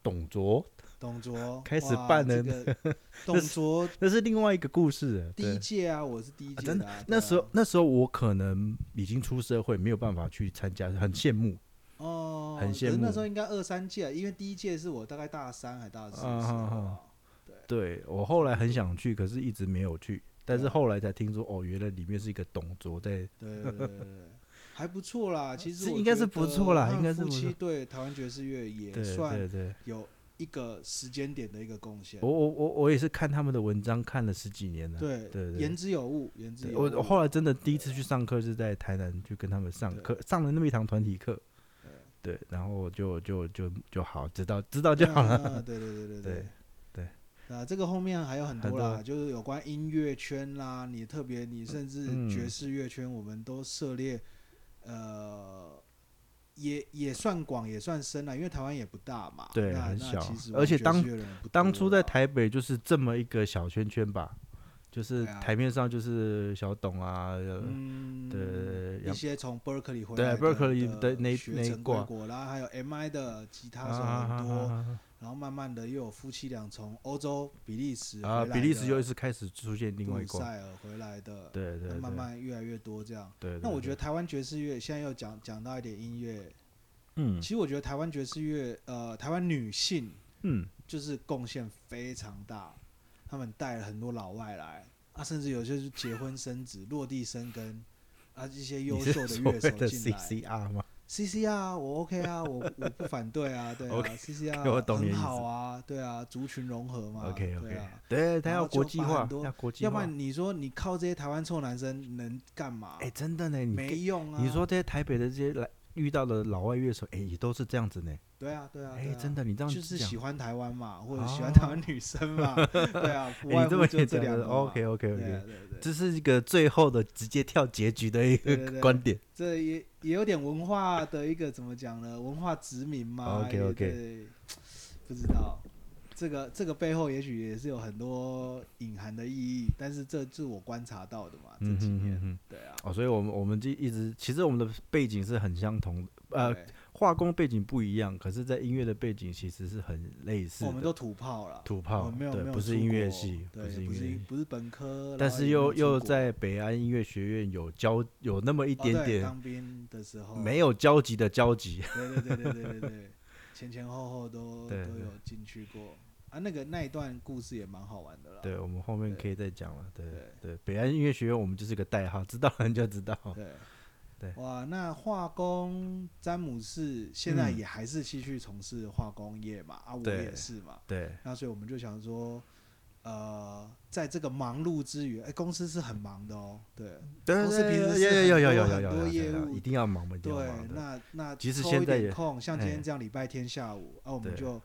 [SPEAKER 2] 董卓，
[SPEAKER 1] 董卓
[SPEAKER 2] 开始
[SPEAKER 1] 哦哇
[SPEAKER 2] 办了
[SPEAKER 1] 这
[SPEAKER 2] [laughs]
[SPEAKER 1] 个董卓
[SPEAKER 2] 那是另外一个故事了。
[SPEAKER 1] 第
[SPEAKER 2] 对
[SPEAKER 1] 一届啊，我是第一届
[SPEAKER 2] 真
[SPEAKER 1] 的啊。
[SPEAKER 2] 那
[SPEAKER 1] 对啊
[SPEAKER 2] 时候，那时候我可能已经出社会，没有办法去参加，很羡慕
[SPEAKER 1] 哦，
[SPEAKER 2] 很
[SPEAKER 1] 可是
[SPEAKER 2] 羡
[SPEAKER 1] 那
[SPEAKER 2] 慕
[SPEAKER 1] 时候应该二三届，啊因为第一届是我大概大三还大四的时
[SPEAKER 2] 啊
[SPEAKER 1] 候
[SPEAKER 2] 啊
[SPEAKER 1] 啊
[SPEAKER 2] 啊。对我后来很想去，可是一直没有去。但是后来才听说，哦，原来里面是一个董卓在。
[SPEAKER 1] 对对对对对对，还不
[SPEAKER 2] [laughs]
[SPEAKER 1] 错啦。其实
[SPEAKER 2] 是
[SPEAKER 1] 我
[SPEAKER 2] 应该
[SPEAKER 1] 觉
[SPEAKER 2] 是不
[SPEAKER 1] 得
[SPEAKER 2] 错啦
[SPEAKER 1] 他
[SPEAKER 2] 应
[SPEAKER 1] 们
[SPEAKER 2] 该是
[SPEAKER 1] 夫
[SPEAKER 2] 不
[SPEAKER 1] 妻
[SPEAKER 2] 错
[SPEAKER 1] 对台湾爵士乐也
[SPEAKER 2] 对对
[SPEAKER 1] 算
[SPEAKER 2] 对，
[SPEAKER 1] 有一个时间点的一个贡献
[SPEAKER 2] 我。我我我也是看他们的文章看了十几年了。
[SPEAKER 1] 对
[SPEAKER 2] 对对
[SPEAKER 1] 言之有物，言之
[SPEAKER 2] 对，
[SPEAKER 1] 有物。
[SPEAKER 2] 我我后来真的第一次去上课是在台南，去跟他们上课，上了那么一堂团体课。对，然后就就就就好，知道知道就好了。
[SPEAKER 1] 啊对对对对
[SPEAKER 2] 对对。
[SPEAKER 1] 啊，这个后面还有很多
[SPEAKER 2] 很
[SPEAKER 1] 啦，
[SPEAKER 2] 多
[SPEAKER 1] 就是有关音乐圈啦，你特别你甚至
[SPEAKER 2] 嗯
[SPEAKER 1] 爵士乐圈，我们都涉猎，呃，也也算广也算深啦，因为台湾也不大嘛，
[SPEAKER 2] 对
[SPEAKER 1] 那
[SPEAKER 2] 很
[SPEAKER 1] 那
[SPEAKER 2] 小
[SPEAKER 1] 其实
[SPEAKER 2] 而且
[SPEAKER 1] 玩爵士
[SPEAKER 2] 当
[SPEAKER 1] 乐的人不
[SPEAKER 2] 当
[SPEAKER 1] 多
[SPEAKER 2] 初在
[SPEAKER 1] 啦
[SPEAKER 2] 台北就是这么一个小圈圈吧，就是
[SPEAKER 1] 对啊
[SPEAKER 2] 台面上就是小董啊，呃
[SPEAKER 1] 嗯
[SPEAKER 2] 对
[SPEAKER 1] 一
[SPEAKER 2] 杨
[SPEAKER 1] 些从 Berkeley 回
[SPEAKER 2] 对
[SPEAKER 1] 来
[SPEAKER 2] Berkeley
[SPEAKER 1] 的
[SPEAKER 2] 的那
[SPEAKER 1] 学
[SPEAKER 2] 那一
[SPEAKER 1] 成归
[SPEAKER 2] 挂
[SPEAKER 1] 国啦，还有 MI 的吉他手
[SPEAKER 2] 啊
[SPEAKER 1] 很多，然后慢慢的又有夫妻俩从欧洲比利时
[SPEAKER 2] 啊，
[SPEAKER 1] 回来
[SPEAKER 2] 比利时
[SPEAKER 1] 的
[SPEAKER 2] 又是开始出现另
[SPEAKER 1] 布
[SPEAKER 2] 外一
[SPEAKER 1] 鲁塞
[SPEAKER 2] 挂，
[SPEAKER 1] 尔回来的，
[SPEAKER 2] 对对
[SPEAKER 1] 那
[SPEAKER 2] 对，
[SPEAKER 1] 慢慢越来越多这样。
[SPEAKER 2] 对。对
[SPEAKER 1] 那我觉得
[SPEAKER 2] 对
[SPEAKER 1] 台湾爵士乐现在又讲讲到一点音乐，
[SPEAKER 2] 嗯
[SPEAKER 1] 其实我觉得台湾爵士乐，呃，台湾女性
[SPEAKER 2] 嗯，
[SPEAKER 1] 就是贡献非常大，他们带了很多老外来啊，甚至有些是结婚生子、落地生根啊，一些优
[SPEAKER 2] 你是
[SPEAKER 1] 秀的
[SPEAKER 2] 所
[SPEAKER 1] 乐
[SPEAKER 2] 谓
[SPEAKER 1] 手
[SPEAKER 2] 的
[SPEAKER 1] 进来。
[SPEAKER 2] CCR 吗？
[SPEAKER 1] C C 啊，我 OK 啊，我我不反对啊，对啊
[SPEAKER 2] OK，
[SPEAKER 1] ，C C 啊，
[SPEAKER 2] 我懂你的
[SPEAKER 1] 很
[SPEAKER 2] 意思
[SPEAKER 1] 好啊，对啊，族群融合嘛
[SPEAKER 2] OK
[SPEAKER 1] 对
[SPEAKER 2] OK，
[SPEAKER 1] 啊，
[SPEAKER 2] 对他
[SPEAKER 1] 然后
[SPEAKER 2] 要国
[SPEAKER 1] 就
[SPEAKER 2] 际
[SPEAKER 1] 把很
[SPEAKER 2] 化，
[SPEAKER 1] 多
[SPEAKER 2] 要国际
[SPEAKER 1] 要不
[SPEAKER 2] 化。
[SPEAKER 1] 然你说你靠这些台湾臭男生能干嘛？
[SPEAKER 2] 哎，真的呢，你
[SPEAKER 1] 没
[SPEAKER 2] 跟
[SPEAKER 1] 用啊！
[SPEAKER 2] 你说这些台北的这些来遇到的老外乐手，哎，也都是这样子呢。
[SPEAKER 1] 对啊，对啊，对
[SPEAKER 2] 哎，
[SPEAKER 1] 啊
[SPEAKER 2] 真的，你这样
[SPEAKER 1] 就是
[SPEAKER 2] 讲哦
[SPEAKER 1] 喜，欢台湾嘛，或者喜欢台湾女生嘛，对啊，
[SPEAKER 2] [laughs]
[SPEAKER 1] 不
[SPEAKER 2] 哎，
[SPEAKER 1] 外
[SPEAKER 2] 你这
[SPEAKER 1] 乎
[SPEAKER 2] 么
[SPEAKER 1] 就
[SPEAKER 2] 也
[SPEAKER 1] 这
[SPEAKER 2] 讲
[SPEAKER 1] 两
[SPEAKER 2] 的
[SPEAKER 1] 个嘛。
[SPEAKER 2] ，OK OK
[SPEAKER 1] 对啊
[SPEAKER 2] OK，
[SPEAKER 1] 对对对，
[SPEAKER 2] 这是一个最后的直接跳结局的一
[SPEAKER 1] 对对对
[SPEAKER 2] 个 [laughs] 观点。
[SPEAKER 1] 这也也有点文化的一个怎么讲呢？文化殖民嘛。
[SPEAKER 2] OK，
[SPEAKER 1] 也
[SPEAKER 2] OK
[SPEAKER 1] 对不知道这个这个背后也许也是有很多隐含的意义，但是这是我观察到的嘛，这
[SPEAKER 2] 嗯
[SPEAKER 1] 几
[SPEAKER 2] 哼
[SPEAKER 1] 年
[SPEAKER 2] 嗯。哼
[SPEAKER 1] 对啊，
[SPEAKER 2] 哦，所以我们我们就一直，其实我们的背景是很相同的，呃，
[SPEAKER 1] 对
[SPEAKER 2] 画工背景不一样，可是，在音乐的背景其实是很类似的。
[SPEAKER 1] 我们都土炮了，
[SPEAKER 2] 土
[SPEAKER 1] 我
[SPEAKER 2] 炮，
[SPEAKER 1] 们没有
[SPEAKER 2] 对
[SPEAKER 1] 没，有
[SPEAKER 2] 不是
[SPEAKER 1] 出
[SPEAKER 2] 音乐
[SPEAKER 1] 国
[SPEAKER 2] 系，
[SPEAKER 1] 对，
[SPEAKER 2] 不是音
[SPEAKER 1] 不
[SPEAKER 2] 乐系，
[SPEAKER 1] 不是本科，
[SPEAKER 2] 但
[SPEAKER 1] 然后
[SPEAKER 2] 是
[SPEAKER 1] 也没有
[SPEAKER 2] 又
[SPEAKER 1] 出
[SPEAKER 2] 又
[SPEAKER 1] 国
[SPEAKER 2] 在北安音乐学院有交有那么一
[SPEAKER 1] 哦
[SPEAKER 2] 点
[SPEAKER 1] 对
[SPEAKER 2] 点
[SPEAKER 1] 当哦兵的时候
[SPEAKER 2] 没有交集的交
[SPEAKER 1] [laughs]
[SPEAKER 2] 集。
[SPEAKER 1] 对对对对对对对，前前后后
[SPEAKER 2] [laughs]
[SPEAKER 1] 都
[SPEAKER 2] 对
[SPEAKER 1] 都
[SPEAKER 2] 对
[SPEAKER 1] 有进去过啊。那个那一段故事也蛮好玩的啦。
[SPEAKER 2] 对，我们后面
[SPEAKER 1] 对
[SPEAKER 2] 可以再讲了。对对，北安音乐学院我们就是个代号，知道人就知道。
[SPEAKER 1] 对
[SPEAKER 2] 哦对
[SPEAKER 1] 哇，那化工詹姆士现在
[SPEAKER 2] 嗯
[SPEAKER 1] 也还是继续从事化工业嘛？啊，我
[SPEAKER 2] 对
[SPEAKER 1] 也是嘛。
[SPEAKER 2] 对，
[SPEAKER 1] 那所以我们就想说，呃，在这个忙碌之余，哎、公司是很忙的哦。对
[SPEAKER 2] 对
[SPEAKER 1] 公司平时
[SPEAKER 2] 对
[SPEAKER 1] 是很
[SPEAKER 2] 对，要要要
[SPEAKER 1] 多
[SPEAKER 2] 要
[SPEAKER 1] 很
[SPEAKER 2] 要
[SPEAKER 1] 多
[SPEAKER 2] 要
[SPEAKER 1] 业
[SPEAKER 2] 要，
[SPEAKER 1] 务
[SPEAKER 2] 一定要忙，一定要
[SPEAKER 1] 对
[SPEAKER 2] 忙，的。
[SPEAKER 1] 那那
[SPEAKER 2] 即使
[SPEAKER 1] 抽
[SPEAKER 2] 现
[SPEAKER 1] 一
[SPEAKER 2] 在
[SPEAKER 1] 点
[SPEAKER 2] 也
[SPEAKER 1] 空，像今天
[SPEAKER 2] 哎
[SPEAKER 1] 这样礼拜天下午，啊，我们
[SPEAKER 2] 对
[SPEAKER 1] 就。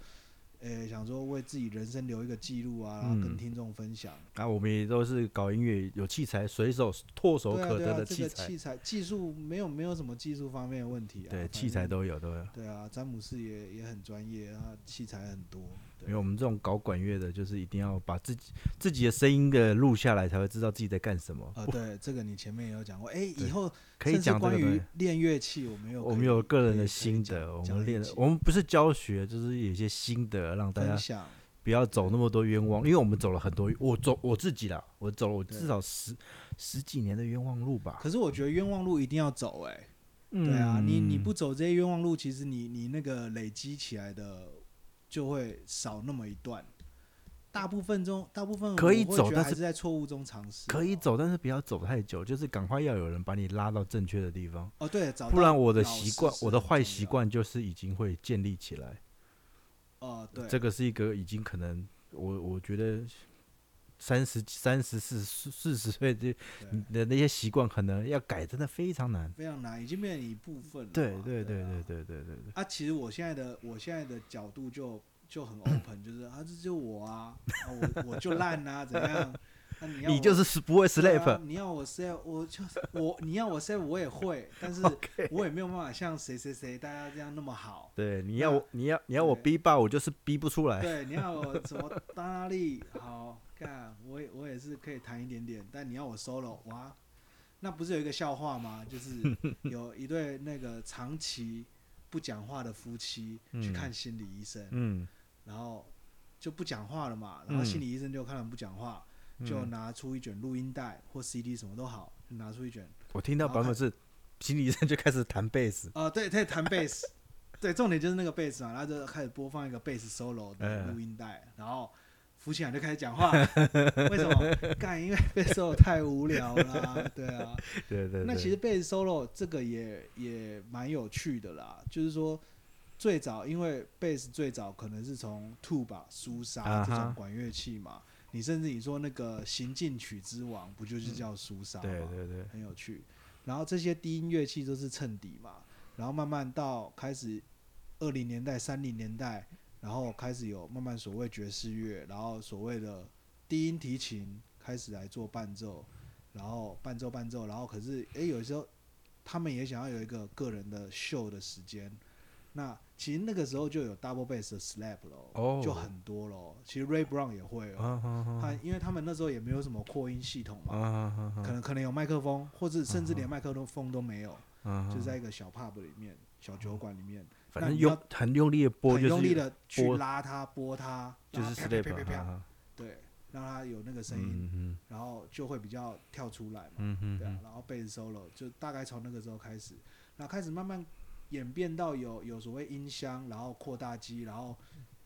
[SPEAKER 1] 呃，想说为自己人生留一个记录啊，然后跟
[SPEAKER 2] 嗯
[SPEAKER 1] 听众分享。
[SPEAKER 2] 啊，我们也都是搞音乐，有器材，随手唾手
[SPEAKER 1] 对啊，
[SPEAKER 2] 可
[SPEAKER 1] 对
[SPEAKER 2] 得
[SPEAKER 1] 啊，
[SPEAKER 2] 的
[SPEAKER 1] 这
[SPEAKER 2] 器
[SPEAKER 1] 个
[SPEAKER 2] 材，
[SPEAKER 1] 器材技术没有没有什么技术方面的问题啊。
[SPEAKER 2] 对，
[SPEAKER 1] 反
[SPEAKER 2] 器材
[SPEAKER 1] 正
[SPEAKER 2] 都有都有。
[SPEAKER 1] 对啊，詹姆斯也也很专业，他器材很多。
[SPEAKER 2] 因为
[SPEAKER 1] 对
[SPEAKER 2] 我们这种搞管乐的，就是一定要把自己自己的声音的录下来，才会知道自己在干什么。
[SPEAKER 1] 啊，
[SPEAKER 2] 不
[SPEAKER 1] 对，这个你前面也有讲过。哎，以
[SPEAKER 2] 对
[SPEAKER 1] 后
[SPEAKER 2] 可以
[SPEAKER 1] 甚至
[SPEAKER 2] 讲这
[SPEAKER 1] 关
[SPEAKER 2] 个东
[SPEAKER 1] 于
[SPEAKER 2] 西。
[SPEAKER 1] 练乐器，我们有
[SPEAKER 2] 我
[SPEAKER 1] 可
[SPEAKER 2] 们
[SPEAKER 1] 以
[SPEAKER 2] 有个人
[SPEAKER 1] 可以可
[SPEAKER 2] 的
[SPEAKER 1] 以
[SPEAKER 2] 心
[SPEAKER 1] 讲
[SPEAKER 2] 得，我
[SPEAKER 1] 讲
[SPEAKER 2] 们
[SPEAKER 1] 一
[SPEAKER 2] 练的
[SPEAKER 1] 集，
[SPEAKER 2] 我们不是教学，就是有一些心得，让大家
[SPEAKER 1] 分享。
[SPEAKER 2] 不要走那么多冤枉，因为我们走了很多，我走我自己啦，我走了我
[SPEAKER 1] 对
[SPEAKER 2] 至少十十几年的冤枉路吧。
[SPEAKER 1] 可是我觉得冤枉路一定要走，哎，
[SPEAKER 2] 嗯
[SPEAKER 1] 对啊，你你不走这些冤枉路，其实你你那个累积起来的就会少那么一段。大部分中，大部分
[SPEAKER 2] 可以
[SPEAKER 1] 我会
[SPEAKER 2] 走
[SPEAKER 1] 觉得
[SPEAKER 2] 但
[SPEAKER 1] 还
[SPEAKER 2] 是
[SPEAKER 1] 是在错误中尝试。啊
[SPEAKER 2] 可以走，但是不要走太久，就是赶快要有人把你拉到正确的地方，
[SPEAKER 1] 哦，对，找
[SPEAKER 2] 不
[SPEAKER 1] 到
[SPEAKER 2] 然我的
[SPEAKER 1] 老
[SPEAKER 2] 习
[SPEAKER 1] 师
[SPEAKER 2] 惯，
[SPEAKER 1] 是
[SPEAKER 2] 我的
[SPEAKER 1] 很
[SPEAKER 2] 坏
[SPEAKER 1] 重
[SPEAKER 2] 习
[SPEAKER 1] 要。
[SPEAKER 2] 惯就是已经会建立起来。
[SPEAKER 1] 哦，对，
[SPEAKER 2] 这个是一个已经可能，我我觉得三十三十四四十岁的你的
[SPEAKER 1] 对
[SPEAKER 2] 那些习惯，可能要改真的非常难。
[SPEAKER 1] 非常难，已经变成一部分了嘛。
[SPEAKER 2] 对对对
[SPEAKER 1] 啊
[SPEAKER 2] 对对对对对，
[SPEAKER 1] 啊，其实我现在的我现在的角度就就很 open，就是啊，这就我啊，啊我我就
[SPEAKER 2] [laughs]
[SPEAKER 1] 烂啊，怎样？那你要
[SPEAKER 2] 你
[SPEAKER 1] 我
[SPEAKER 2] 就是死不会
[SPEAKER 1] 对啊
[SPEAKER 2] [laughs] slap。
[SPEAKER 1] 你要我 s a v 我就是我，你要我 s a v 我也会，
[SPEAKER 2] [laughs]
[SPEAKER 1] 但是
[SPEAKER 2] OK，
[SPEAKER 1] 我也没有办法像谁谁谁大家这样那么好。
[SPEAKER 2] 对，你要
[SPEAKER 1] 那
[SPEAKER 2] 我你要你要我
[SPEAKER 1] 对
[SPEAKER 2] 逼吧，我就是逼不出来。
[SPEAKER 1] 对，你要我什么当拉力好干，我也我也是可以弹一点点，但你要我 solo 哇，那不是有一个笑话吗？就是
[SPEAKER 2] [laughs]
[SPEAKER 1] 有一对那个长期不讲话的夫妻去
[SPEAKER 2] 嗯
[SPEAKER 1] 看心理医生，
[SPEAKER 2] 嗯，
[SPEAKER 1] 然后就不讲话了嘛，然后
[SPEAKER 2] 嗯
[SPEAKER 1] 心理医生就看他们不讲话，就
[SPEAKER 2] 嗯
[SPEAKER 1] 拿出一卷录音带或 CD 什么都好，就拿出一卷
[SPEAKER 2] 我听到
[SPEAKER 1] 然后
[SPEAKER 2] 版本是心理医生就开始弹贝斯。
[SPEAKER 1] 啊、对，他弹贝斯，对，重点就是那个贝斯嘛，然后就开始播放一个贝斯 solo 的
[SPEAKER 2] 嗯
[SPEAKER 1] 录音带，然后浮起来就开始讲话，为什么？ [laughs] 干，因为贝斯 solo 太无聊了，对啊。
[SPEAKER 2] 对对对，
[SPEAKER 1] 那其实贝斯 solo 这个也也蛮有趣的啦，就是说最早因为贝斯最早可能是从 two 吧、苏
[SPEAKER 2] 啊
[SPEAKER 1] 莎这
[SPEAKER 2] 哈
[SPEAKER 1] 种管乐器嘛，你甚至你说那个行进曲之王不就是叫苏莎吗？
[SPEAKER 2] 嗯对对对，
[SPEAKER 1] 很有趣。然后这些低音乐器都是衬底嘛，然后慢慢到开始二零年代、三零年代，然后开始有慢慢所谓爵士乐，然后所谓的低音提琴开始来做伴奏，然后伴奏伴奏，然后可是诶，有时候他们也想要有一个个人的秀的时间。那其实那个时候就有 double bass 的 slap 咯，
[SPEAKER 2] 哦
[SPEAKER 1] 就很多咯。其实 Ray Brown 也会哦，
[SPEAKER 2] 啊啊
[SPEAKER 1] 他
[SPEAKER 2] 啊
[SPEAKER 1] 因为他们那时候也没有什么扩音系统嘛
[SPEAKER 2] 啊，啊啊
[SPEAKER 1] 可能可能有麦克风，或者甚
[SPEAKER 2] 嗯
[SPEAKER 1] 至连麦克风都没有，
[SPEAKER 2] 啊！
[SPEAKER 1] 就在一个小 pub 里面、小酒馆里面，
[SPEAKER 2] 反
[SPEAKER 1] 那
[SPEAKER 2] 正
[SPEAKER 1] 你要
[SPEAKER 2] 用很用力的拨，
[SPEAKER 1] 很
[SPEAKER 2] 嗯就是
[SPEAKER 1] 用力的去
[SPEAKER 2] 拨
[SPEAKER 1] 拉它、拨它，
[SPEAKER 2] 就
[SPEAKER 1] 拉
[SPEAKER 2] 是
[SPEAKER 1] 啪啪啪
[SPEAKER 2] slap
[SPEAKER 1] 啪
[SPEAKER 2] 啊
[SPEAKER 1] 啪，
[SPEAKER 2] 啊
[SPEAKER 1] 对，让它有那个声音，
[SPEAKER 2] 嗯
[SPEAKER 1] 然后就会比较跳出来
[SPEAKER 2] 嗯
[SPEAKER 1] 嘛，
[SPEAKER 2] 嗯嗯
[SPEAKER 1] 对啊，然后贝斯 solo 就大概从那个时候开始，然后开始慢慢演变到有有所谓音箱，然后扩大机，然后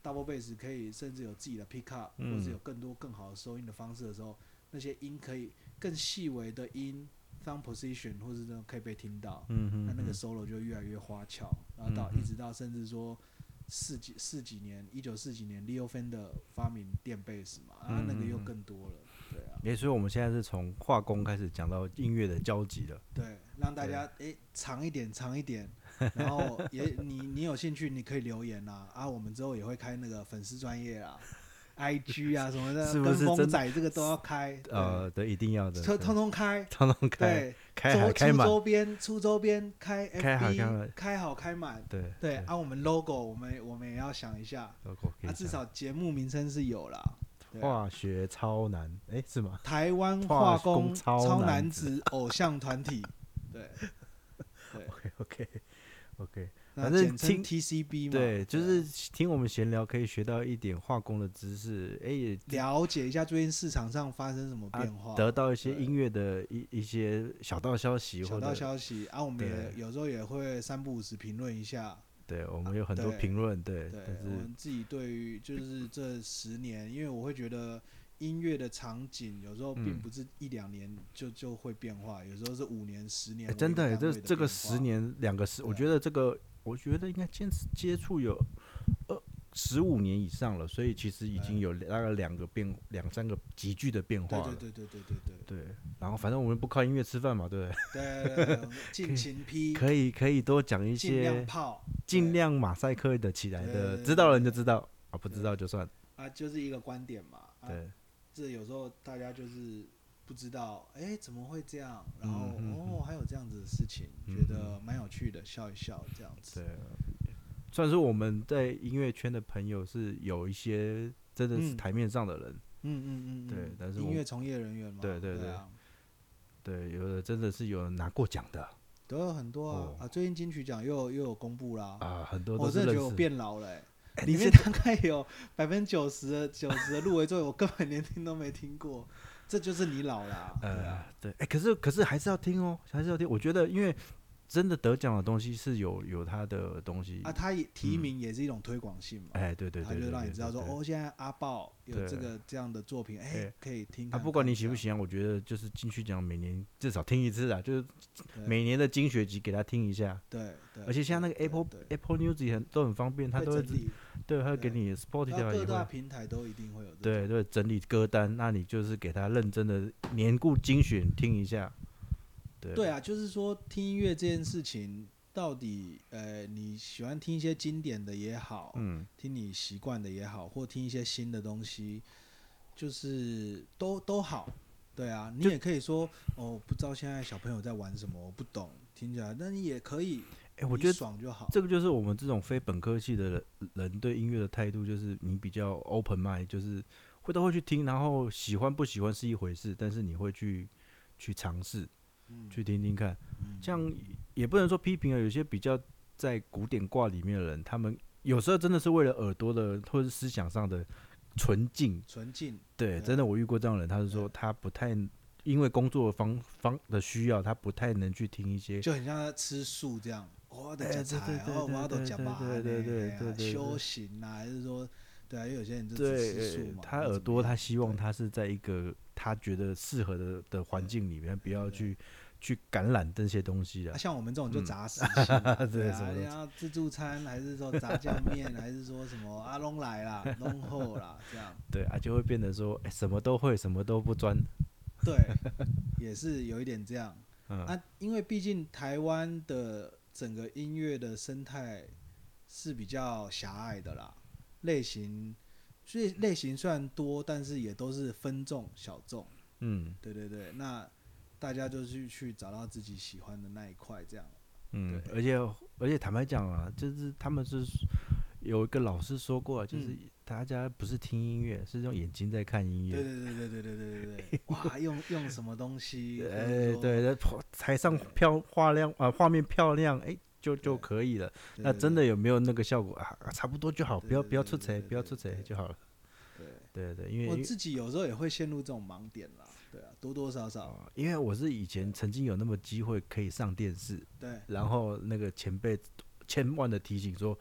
[SPEAKER 1] double bass 可以甚至有自己的 pick up，或
[SPEAKER 2] 嗯
[SPEAKER 1] 者有更多更好的收音的方式的时候，那些音可以更细微的音 sound position 或是那种可以被听到，
[SPEAKER 2] 嗯嗯，
[SPEAKER 1] 那那个
[SPEAKER 2] 嗯
[SPEAKER 1] solo 就越来越花俏，然后到
[SPEAKER 2] 嗯
[SPEAKER 1] 一直到甚至说四几四几年，一九四几年 Leo Fender 发明电贝斯嘛，啊那个又
[SPEAKER 2] 嗯嗯嗯
[SPEAKER 1] 更多了，对啊。
[SPEAKER 2] 诶，所以我们现在是从化工开始讲到音乐的交集了。
[SPEAKER 1] 对，让大家诶、长一点，长一点， [laughs] 然后也你你有兴趣，你可以留言啦、啊。我们之后也会开那个粉丝专
[SPEAKER 2] [laughs]
[SPEAKER 1] 业啊，IG 啊什么的，
[SPEAKER 2] 是不
[SPEAKER 1] 跟
[SPEAKER 2] 是真
[SPEAKER 1] 风
[SPEAKER 2] 的
[SPEAKER 1] 仔这个都要开，
[SPEAKER 2] 呃，对，一定要的
[SPEAKER 1] 对，，通
[SPEAKER 2] 对
[SPEAKER 1] 通通开，
[SPEAKER 2] [laughs] 通通开
[SPEAKER 1] 对，
[SPEAKER 2] 开海
[SPEAKER 1] 周
[SPEAKER 2] 开
[SPEAKER 1] 出
[SPEAKER 2] 满，
[SPEAKER 1] 周边出周边开 FB
[SPEAKER 2] 开好开满
[SPEAKER 1] 开好开满，
[SPEAKER 2] 对
[SPEAKER 1] 对啊，我们 logo 我们我们也要想一下，
[SPEAKER 2] ，logo 可以
[SPEAKER 1] 啊，
[SPEAKER 2] 讲
[SPEAKER 1] 至少节目名称是有啦。对啊
[SPEAKER 2] 化学超难，诶，是吗？ [laughs]
[SPEAKER 1] 台湾
[SPEAKER 2] 化
[SPEAKER 1] 化
[SPEAKER 2] 工
[SPEAKER 1] 工
[SPEAKER 2] 超
[SPEAKER 1] 超
[SPEAKER 2] 男
[SPEAKER 1] 男子偶像团体，
[SPEAKER 2] [laughs]
[SPEAKER 1] 对，对，
[SPEAKER 2] OK OK，
[SPEAKER 1] 那
[SPEAKER 2] 反正
[SPEAKER 1] 简称
[SPEAKER 2] 听
[SPEAKER 1] TCB 嘛，
[SPEAKER 2] 对，就是
[SPEAKER 1] 啊
[SPEAKER 2] 听我们闲聊可以学到一点化工的知识，诶，也
[SPEAKER 1] 了解一下最近市场上发生什么
[SPEAKER 2] 啊
[SPEAKER 1] 变化，
[SPEAKER 2] 得到一些
[SPEAKER 1] 哦对
[SPEAKER 2] 音乐的一一些小道消息
[SPEAKER 1] 小
[SPEAKER 2] 或
[SPEAKER 1] 道
[SPEAKER 2] 者
[SPEAKER 1] 消息啊，我们
[SPEAKER 2] 对
[SPEAKER 1] 也有时候也会三不五时评论一下，
[SPEAKER 2] 对，我们有很多
[SPEAKER 1] 啊对
[SPEAKER 2] 评论，对，
[SPEAKER 1] 对
[SPEAKER 2] 但
[SPEAKER 1] 我
[SPEAKER 2] 是
[SPEAKER 1] 们自己对于就是这十年，因为我会觉得。音乐的场景有时候并
[SPEAKER 2] 嗯
[SPEAKER 1] 不是一两年就就会变化，有时候是五年、十年
[SPEAKER 2] 欸
[SPEAKER 1] 为一个
[SPEAKER 2] 真
[SPEAKER 1] 单
[SPEAKER 2] 的
[SPEAKER 1] 位
[SPEAKER 2] 欸，
[SPEAKER 1] 的变
[SPEAKER 2] 这
[SPEAKER 1] 化。
[SPEAKER 2] 这个十年两个十，我
[SPEAKER 1] 对
[SPEAKER 2] 觉得这个，我觉得应该坚持接触有呃十五年以上了，所以其实已经
[SPEAKER 1] 对
[SPEAKER 2] 有大概两个变两三个急剧的变化
[SPEAKER 1] 对
[SPEAKER 2] 了。
[SPEAKER 1] 对对对对对对
[SPEAKER 2] 对然后反正我们不靠音乐吃饭嘛，对不
[SPEAKER 1] [laughs]
[SPEAKER 2] 对？
[SPEAKER 1] 对对对，我们尽情批，
[SPEAKER 2] 可以可以多讲一
[SPEAKER 1] 尽量
[SPEAKER 2] 些，
[SPEAKER 1] 泡，
[SPEAKER 2] 尽
[SPEAKER 1] 对
[SPEAKER 2] 量马赛克的起来
[SPEAKER 1] 对
[SPEAKER 2] 的，
[SPEAKER 1] 对
[SPEAKER 2] 知
[SPEAKER 1] 对
[SPEAKER 2] 道了你就
[SPEAKER 1] 对
[SPEAKER 2] 知道啊，不知
[SPEAKER 1] 对
[SPEAKER 2] 道就算。
[SPEAKER 1] 啊，就是一个观点嘛。啊，
[SPEAKER 2] 对，
[SPEAKER 1] 这有时候大家就是不知道，哎，怎么会这样？然后、
[SPEAKER 2] 嗯嗯嗯
[SPEAKER 1] 哦，还有这样子的事情，
[SPEAKER 2] 嗯
[SPEAKER 1] 觉得蛮有趣的，笑一笑这样子。
[SPEAKER 2] 对，虽然说我们在音乐圈的朋友是有一些真的是
[SPEAKER 1] 嗯
[SPEAKER 2] 台面上的人，
[SPEAKER 1] 嗯嗯嗯嗯，
[SPEAKER 2] 对但是
[SPEAKER 1] 音
[SPEAKER 2] 我
[SPEAKER 1] 乐从业人员嘛，
[SPEAKER 2] 对对
[SPEAKER 1] 对
[SPEAKER 2] 对
[SPEAKER 1] 啊，
[SPEAKER 2] 对，有的真的是有拿过奖
[SPEAKER 1] 哦
[SPEAKER 2] 的
[SPEAKER 1] 都有很多啊、
[SPEAKER 2] 哦
[SPEAKER 1] 啊，最近金曲奖又有又有公布啦。
[SPEAKER 2] 啊，很多
[SPEAKER 1] 我
[SPEAKER 2] 都是
[SPEAKER 1] 真的
[SPEAKER 2] 认识。
[SPEAKER 1] 觉得我哦变老了、诶欸
[SPEAKER 2] 哎
[SPEAKER 1] [laughs] 里
[SPEAKER 2] 你
[SPEAKER 1] 面
[SPEAKER 2] 现
[SPEAKER 1] 大概有百分之九十的九十的入围作品，我根本连听都没听过，这就是你老啦。对
[SPEAKER 2] 呃
[SPEAKER 1] 啊，
[SPEAKER 2] 对，哎、可是可是还是要听哦，还是要听。我觉得因为真的得奖的东西是有有它的东西
[SPEAKER 1] 啊，，他也提名也是一种推广性嘛，
[SPEAKER 2] 哎，对对
[SPEAKER 1] 他
[SPEAKER 2] 对，
[SPEAKER 1] 就
[SPEAKER 2] 对
[SPEAKER 1] 让你
[SPEAKER 2] 对
[SPEAKER 1] 知道说，
[SPEAKER 2] 对
[SPEAKER 1] 哦，现在阿豹有
[SPEAKER 2] 对
[SPEAKER 1] 这个这样的作品，哎
[SPEAKER 2] 哎，
[SPEAKER 1] 可以听看
[SPEAKER 2] 啊，
[SPEAKER 1] 看。
[SPEAKER 2] 不管你喜不
[SPEAKER 1] 这样，
[SPEAKER 2] 喜欢，我觉得就是金曲奖每年至少听一次啊，就是
[SPEAKER 1] 对
[SPEAKER 2] 每年的金学集给他听一下。
[SPEAKER 1] 对对，
[SPEAKER 2] 而且现在那个
[SPEAKER 1] 对
[SPEAKER 2] Apple
[SPEAKER 1] 对对
[SPEAKER 2] Apple Music 很都很方便，它
[SPEAKER 1] 会
[SPEAKER 2] 都会
[SPEAKER 1] 整理
[SPEAKER 2] 对，它会给
[SPEAKER 1] 对
[SPEAKER 2] 你
[SPEAKER 1] 然后
[SPEAKER 2] Spotify
[SPEAKER 1] 各
[SPEAKER 2] 也
[SPEAKER 1] 大
[SPEAKER 2] 会
[SPEAKER 1] 平台都一定会有这种。
[SPEAKER 2] 对对整理歌单，那你就是给他认真的年度精选听一下。对
[SPEAKER 1] 对，啊，就是说听音乐这件事情，到底呃你喜欢听一些经典的也好，
[SPEAKER 2] 嗯，
[SPEAKER 1] 听你习惯的也好，或听一些新的东西，就是都都好。对啊，你
[SPEAKER 2] 就
[SPEAKER 1] 也可以说哦，不知道现在小朋友在玩什么，我不懂，听起来，但你也可以，
[SPEAKER 2] 哎，我
[SPEAKER 1] 你
[SPEAKER 2] 觉得
[SPEAKER 1] 爽就好。
[SPEAKER 2] 这个就是我们这种非本科系的人人对音乐的态度，就是你比较 open mind，就是会都会去听，然后喜欢不喜欢是一回事，但是你会去去尝试
[SPEAKER 1] 嗯
[SPEAKER 2] 去听听看。
[SPEAKER 1] 嗯
[SPEAKER 2] 这样也不能说批评啊，有些比较在古典挂里面的人，他们有时候真的是为了耳朵的或者思想上的纯净，
[SPEAKER 1] 纯净，
[SPEAKER 2] 对，
[SPEAKER 1] 对
[SPEAKER 2] 真的我遇过这样的人，他是说
[SPEAKER 1] 对
[SPEAKER 2] 他不太因为工作方方的需要，他不太能去听一些，
[SPEAKER 1] 就很像在吃素这样。我的
[SPEAKER 2] 哎
[SPEAKER 1] 讲
[SPEAKER 2] 对
[SPEAKER 1] 菜，
[SPEAKER 2] 对
[SPEAKER 1] 哦，我要都
[SPEAKER 2] 对
[SPEAKER 1] 讲
[SPEAKER 2] 对
[SPEAKER 1] 嘛，
[SPEAKER 2] 对对对
[SPEAKER 1] 哎
[SPEAKER 2] 对
[SPEAKER 1] 呀
[SPEAKER 2] 对
[SPEAKER 1] 修
[SPEAKER 2] 对
[SPEAKER 1] 行啊，还是说，对啊，因为有些人就只吃素
[SPEAKER 2] 对哎
[SPEAKER 1] 嘛，，
[SPEAKER 2] 他
[SPEAKER 1] 或者
[SPEAKER 2] 耳
[SPEAKER 1] 怎么
[SPEAKER 2] 朵
[SPEAKER 1] 样
[SPEAKER 2] 他希望
[SPEAKER 1] 对
[SPEAKER 2] 他是在一个他觉得适合的的环
[SPEAKER 1] 对
[SPEAKER 2] 境里面，不
[SPEAKER 1] 对
[SPEAKER 2] 要
[SPEAKER 1] 对
[SPEAKER 2] 去去感染这些东西
[SPEAKER 1] 啊，
[SPEAKER 2] 啊。
[SPEAKER 1] 像我们这种就
[SPEAKER 2] 嗯
[SPEAKER 1] 砸死性嘛
[SPEAKER 2] [laughs] 对
[SPEAKER 1] 对
[SPEAKER 2] 什
[SPEAKER 1] 啊，
[SPEAKER 2] 么都
[SPEAKER 1] 然后自助餐还是说炸酱面，还是说什么阿龙来啦、龙后啦这样，
[SPEAKER 2] 对啊，就会变得说，哎，什么都会，什么都不专，
[SPEAKER 1] 对，也是有一点这样
[SPEAKER 2] 嗯，
[SPEAKER 1] 啊，因为毕竟台湾的整个音乐的生态是比较狭隘的啦，类型。所以类型虽然多，但是也都是分众小众，
[SPEAKER 2] 嗯
[SPEAKER 1] 对对对。那大家就是去找到自己喜欢的那一块，这样。
[SPEAKER 2] 嗯，而且而且坦白讲啊，就是他们是有一个老师说过啊，就是
[SPEAKER 1] 嗯
[SPEAKER 2] 大家不是听音乐，是用眼睛在看音乐。
[SPEAKER 1] 对对对对对对对对对，哇，用用什么东西？或者
[SPEAKER 2] 哎，
[SPEAKER 1] 说
[SPEAKER 2] 对，在跑台上漂画亮啊，画面漂亮，哎，就就
[SPEAKER 1] 对
[SPEAKER 2] 可以了。
[SPEAKER 1] 对
[SPEAKER 2] 那
[SPEAKER 1] 对
[SPEAKER 2] 真
[SPEAKER 1] 对
[SPEAKER 2] 的有没有那个效果啊？啊差不多就好，
[SPEAKER 1] 对
[SPEAKER 2] 不要
[SPEAKER 1] 对
[SPEAKER 2] 不要
[SPEAKER 1] 对
[SPEAKER 2] 出
[SPEAKER 1] 对
[SPEAKER 2] 彩，
[SPEAKER 1] 对
[SPEAKER 2] 不要
[SPEAKER 1] 对
[SPEAKER 2] 出彩
[SPEAKER 1] 对
[SPEAKER 2] 就好了。
[SPEAKER 1] 对，
[SPEAKER 2] 对对，因为
[SPEAKER 1] 我
[SPEAKER 2] 因为
[SPEAKER 1] 自己有时候也会陷入这种盲点啦，对啊，多多少少，
[SPEAKER 2] 哦因为我是以前曾经有那么机会可以上电视，
[SPEAKER 1] 对
[SPEAKER 2] 然后那个前辈千万的提醒说，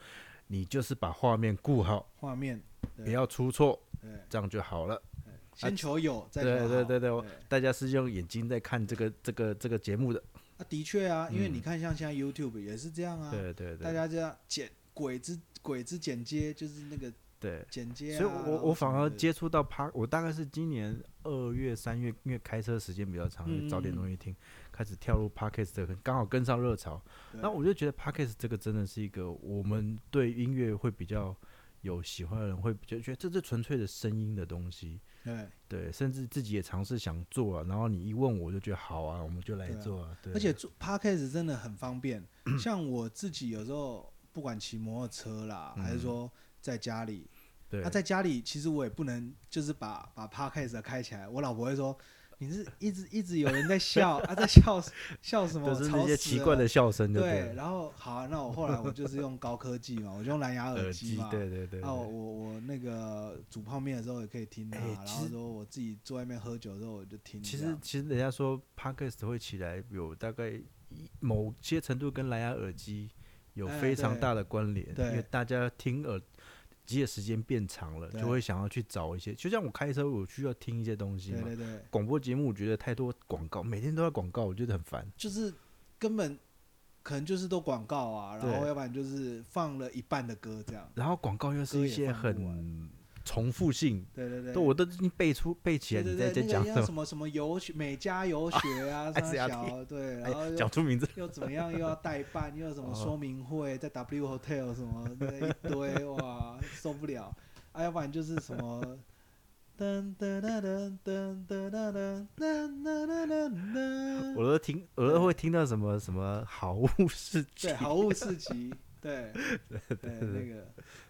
[SPEAKER 2] 你就是把画面顾好，
[SPEAKER 1] 画面，对
[SPEAKER 2] 不要出错，
[SPEAKER 1] 对，
[SPEAKER 2] 这样就好了。
[SPEAKER 1] 对先求有，再
[SPEAKER 2] 啊对
[SPEAKER 1] 求
[SPEAKER 2] 对
[SPEAKER 1] 好
[SPEAKER 2] 对对我
[SPEAKER 1] 对，
[SPEAKER 2] 大家是用眼睛在看这个这个这个节目的，
[SPEAKER 1] 啊，的确啊，因为你
[SPEAKER 2] 嗯
[SPEAKER 1] 看像现在 YouTube 也是这样啊，
[SPEAKER 2] 对对
[SPEAKER 1] 大
[SPEAKER 2] 对，
[SPEAKER 1] 家这样剪鬼之鬼之剪接，就是那个
[SPEAKER 2] 对。
[SPEAKER 1] 剪接啊，
[SPEAKER 2] 所以我，
[SPEAKER 1] 然
[SPEAKER 2] 我
[SPEAKER 1] 后
[SPEAKER 2] 我
[SPEAKER 1] 什
[SPEAKER 2] 反
[SPEAKER 1] 么
[SPEAKER 2] 而
[SPEAKER 1] 的
[SPEAKER 2] 接触到趴，我大概是今年二月、三月，因为开车时间比较长，
[SPEAKER 1] 嗯
[SPEAKER 2] 找点
[SPEAKER 1] 嗯嗯
[SPEAKER 2] 东西听，开始跳入 podcast，的刚好跟上热潮。
[SPEAKER 1] 对
[SPEAKER 2] 那我就觉得 podcast 这个真的是一个我们对音乐会比较有喜欢的人会比较觉得这是纯粹的声音的东西，
[SPEAKER 1] 对，
[SPEAKER 2] 对，甚至自己也尝试想做啊。然后你一问我就觉得好啊，我们就来
[SPEAKER 1] 对啊
[SPEAKER 2] 做啊。对
[SPEAKER 1] 而且做 podcast 真的很方便，
[SPEAKER 2] 嗯
[SPEAKER 1] 像我自己有时候不管骑摩托车啦，还是
[SPEAKER 2] 嗯
[SPEAKER 1] 说在家里，啊
[SPEAKER 2] 对
[SPEAKER 1] 那、在家里，其实我也不能就是把把 podcast 开起来，我老婆会说你是一直一直有人在笑 [laughs] 啊，在笑笑什么？
[SPEAKER 2] 都是
[SPEAKER 1] 吵
[SPEAKER 2] 那些
[SPEAKER 1] 死
[SPEAKER 2] 奇怪
[SPEAKER 1] 了
[SPEAKER 2] 的笑声就
[SPEAKER 1] 啊对。
[SPEAKER 2] 了，
[SPEAKER 1] 然后好、啊，那我后来我就是用高科技嘛，我就用蓝牙
[SPEAKER 2] 耳
[SPEAKER 1] 机
[SPEAKER 2] 机
[SPEAKER 1] 嘛。，
[SPEAKER 2] 对对对。
[SPEAKER 1] 那我
[SPEAKER 2] 对
[SPEAKER 1] 我我那个煮泡面的时候也可以听啊，
[SPEAKER 2] 哎
[SPEAKER 1] 然
[SPEAKER 2] 其
[SPEAKER 1] 后
[SPEAKER 2] 实
[SPEAKER 1] 说我自己坐外面喝酒的时候我就听这
[SPEAKER 2] 其
[SPEAKER 1] 样。
[SPEAKER 2] 实其实人家说 podcast 会起来有大概一某些程度跟蓝牙耳机有
[SPEAKER 1] 哎
[SPEAKER 2] 非常
[SPEAKER 1] 对
[SPEAKER 2] 大的关联，
[SPEAKER 1] 对
[SPEAKER 2] 因为大家听耳机的时间变长了，就
[SPEAKER 1] 对
[SPEAKER 2] 会想要去找一些，就像我开车我需要听一些东西
[SPEAKER 1] 对
[SPEAKER 2] 嘛
[SPEAKER 1] 对。对，
[SPEAKER 2] 广播节目我觉得太多广告，每天都要广告，我觉得很烦。
[SPEAKER 1] 就是根本可能就是都广告啊，然后
[SPEAKER 2] 对
[SPEAKER 1] 要不然就是放了一半的歌这样。
[SPEAKER 2] 然后广告又是
[SPEAKER 1] 歌
[SPEAKER 2] 一
[SPEAKER 1] 也
[SPEAKER 2] 些
[SPEAKER 1] 放不
[SPEAKER 2] 很
[SPEAKER 1] 完
[SPEAKER 2] 重复性，
[SPEAKER 1] 对对对，
[SPEAKER 2] 都我都已经背出背起来，
[SPEAKER 1] 对
[SPEAKER 2] 你
[SPEAKER 1] 对
[SPEAKER 2] 在
[SPEAKER 1] 对，
[SPEAKER 2] 在
[SPEAKER 1] 那
[SPEAKER 2] 讲
[SPEAKER 1] 个
[SPEAKER 2] 什
[SPEAKER 1] 要
[SPEAKER 2] 么
[SPEAKER 1] 什？么什么游学美加游学
[SPEAKER 2] [laughs]
[SPEAKER 1] 啊，
[SPEAKER 2] 还是要
[SPEAKER 1] 三小对，然后
[SPEAKER 2] 哎，
[SPEAKER 1] 又
[SPEAKER 2] 讲出名字。
[SPEAKER 1] [laughs] 又怎么样，又要代办，又有什么
[SPEAKER 2] 哦
[SPEAKER 1] 说明会，在 W Hotel 什么的
[SPEAKER 2] [laughs]
[SPEAKER 1] 一堆，哇，受不了。啊，要不然就是什么。噔噔噔噔噔噔噔噔噔噔噔噔，
[SPEAKER 2] 我都听，我都会听到什么什么好物事
[SPEAKER 1] [laughs]
[SPEAKER 2] 情
[SPEAKER 1] 对，，好物市集，
[SPEAKER 2] [laughs]
[SPEAKER 1] 对，对，那个，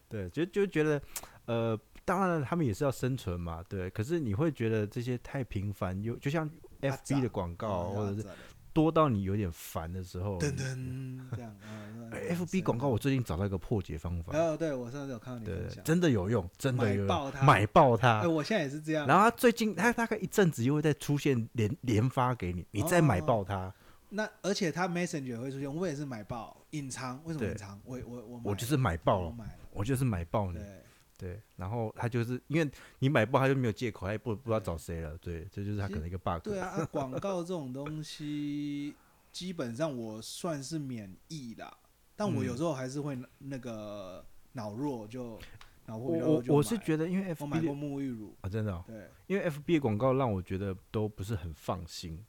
[SPEAKER 2] 对，就就觉得，呃，当然了，他们也是要生存嘛，对。可是你会觉得这些太频繁，又就像
[SPEAKER 1] 阿
[SPEAKER 2] FB
[SPEAKER 1] 杂
[SPEAKER 2] 的广告，
[SPEAKER 1] 哦
[SPEAKER 2] 或者
[SPEAKER 1] 要
[SPEAKER 2] 是
[SPEAKER 1] 咋的
[SPEAKER 2] 多到你有点烦的时候，
[SPEAKER 1] 噔噔这样啊。
[SPEAKER 2] 哎 FB 广告我最近找到一个破解方法，
[SPEAKER 1] 哦，对我上次有看到你
[SPEAKER 2] 对
[SPEAKER 1] 分，享，
[SPEAKER 2] 真的啊有用，真的
[SPEAKER 1] 买
[SPEAKER 2] 有用，
[SPEAKER 1] 爆它
[SPEAKER 2] 买爆它
[SPEAKER 1] 哎，。我现在也是这样。
[SPEAKER 2] 然后它最近它大概一阵子又会再出现连连发给你，你再买
[SPEAKER 1] 哦
[SPEAKER 2] 爆它，
[SPEAKER 1] 那而且它 Messenger 会出现，我也是买爆隐藏，为什么
[SPEAKER 2] 对
[SPEAKER 1] 隐藏？我我我买
[SPEAKER 2] 我就是买爆
[SPEAKER 1] 我
[SPEAKER 2] 了，
[SPEAKER 1] 买了，
[SPEAKER 2] 我就是买爆你。
[SPEAKER 1] 对
[SPEAKER 2] 对，然后他就是因为你买爆，他就没有借口，他也不不知道找谁了。对，这就是他可能一个 bug。
[SPEAKER 1] 对啊，啊广告这种东西基本上我算是免疫啦，但我
[SPEAKER 2] 嗯
[SPEAKER 1] 有时候还是会那个脑弱就脑
[SPEAKER 2] 我
[SPEAKER 1] 破皮
[SPEAKER 2] 我我是
[SPEAKER 1] 得
[SPEAKER 2] 觉得，因为
[SPEAKER 1] 我买
[SPEAKER 2] FB
[SPEAKER 1] 过
[SPEAKER 2] 的
[SPEAKER 1] 沐浴乳，
[SPEAKER 2] 啊，真的、哦，
[SPEAKER 1] 对，
[SPEAKER 2] 因为 FB 的广告让我觉得都不是很放心，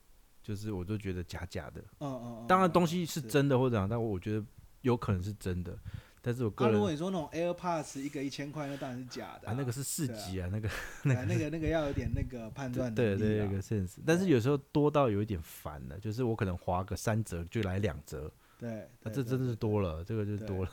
[SPEAKER 2] 就是我都觉得假假的。
[SPEAKER 1] 嗯嗯嗯，
[SPEAKER 2] 当然
[SPEAKER 1] 嗯
[SPEAKER 2] 东西是。
[SPEAKER 1] 嗯
[SPEAKER 2] 真的或者怎样，但我觉得有可能是真的，但是我
[SPEAKER 1] 啊，
[SPEAKER 2] 个
[SPEAKER 1] 如
[SPEAKER 2] 人
[SPEAKER 1] 果你说那种 AirPods 一个一千块，那当然是假的
[SPEAKER 2] 啊那个是市
[SPEAKER 1] 对啊
[SPEAKER 2] 集啊，那个
[SPEAKER 1] 那个那个那个要有点那个判断能力
[SPEAKER 2] [laughs] 对对
[SPEAKER 1] 啊。
[SPEAKER 2] 有个 sense，但是有时候多到有一点烦了，就是我可能划个三折就来两折，
[SPEAKER 1] 对，
[SPEAKER 2] 那、
[SPEAKER 1] 对
[SPEAKER 2] 啊这
[SPEAKER 1] 对
[SPEAKER 2] 真的是多了，这个就是
[SPEAKER 1] 对
[SPEAKER 2] 多了。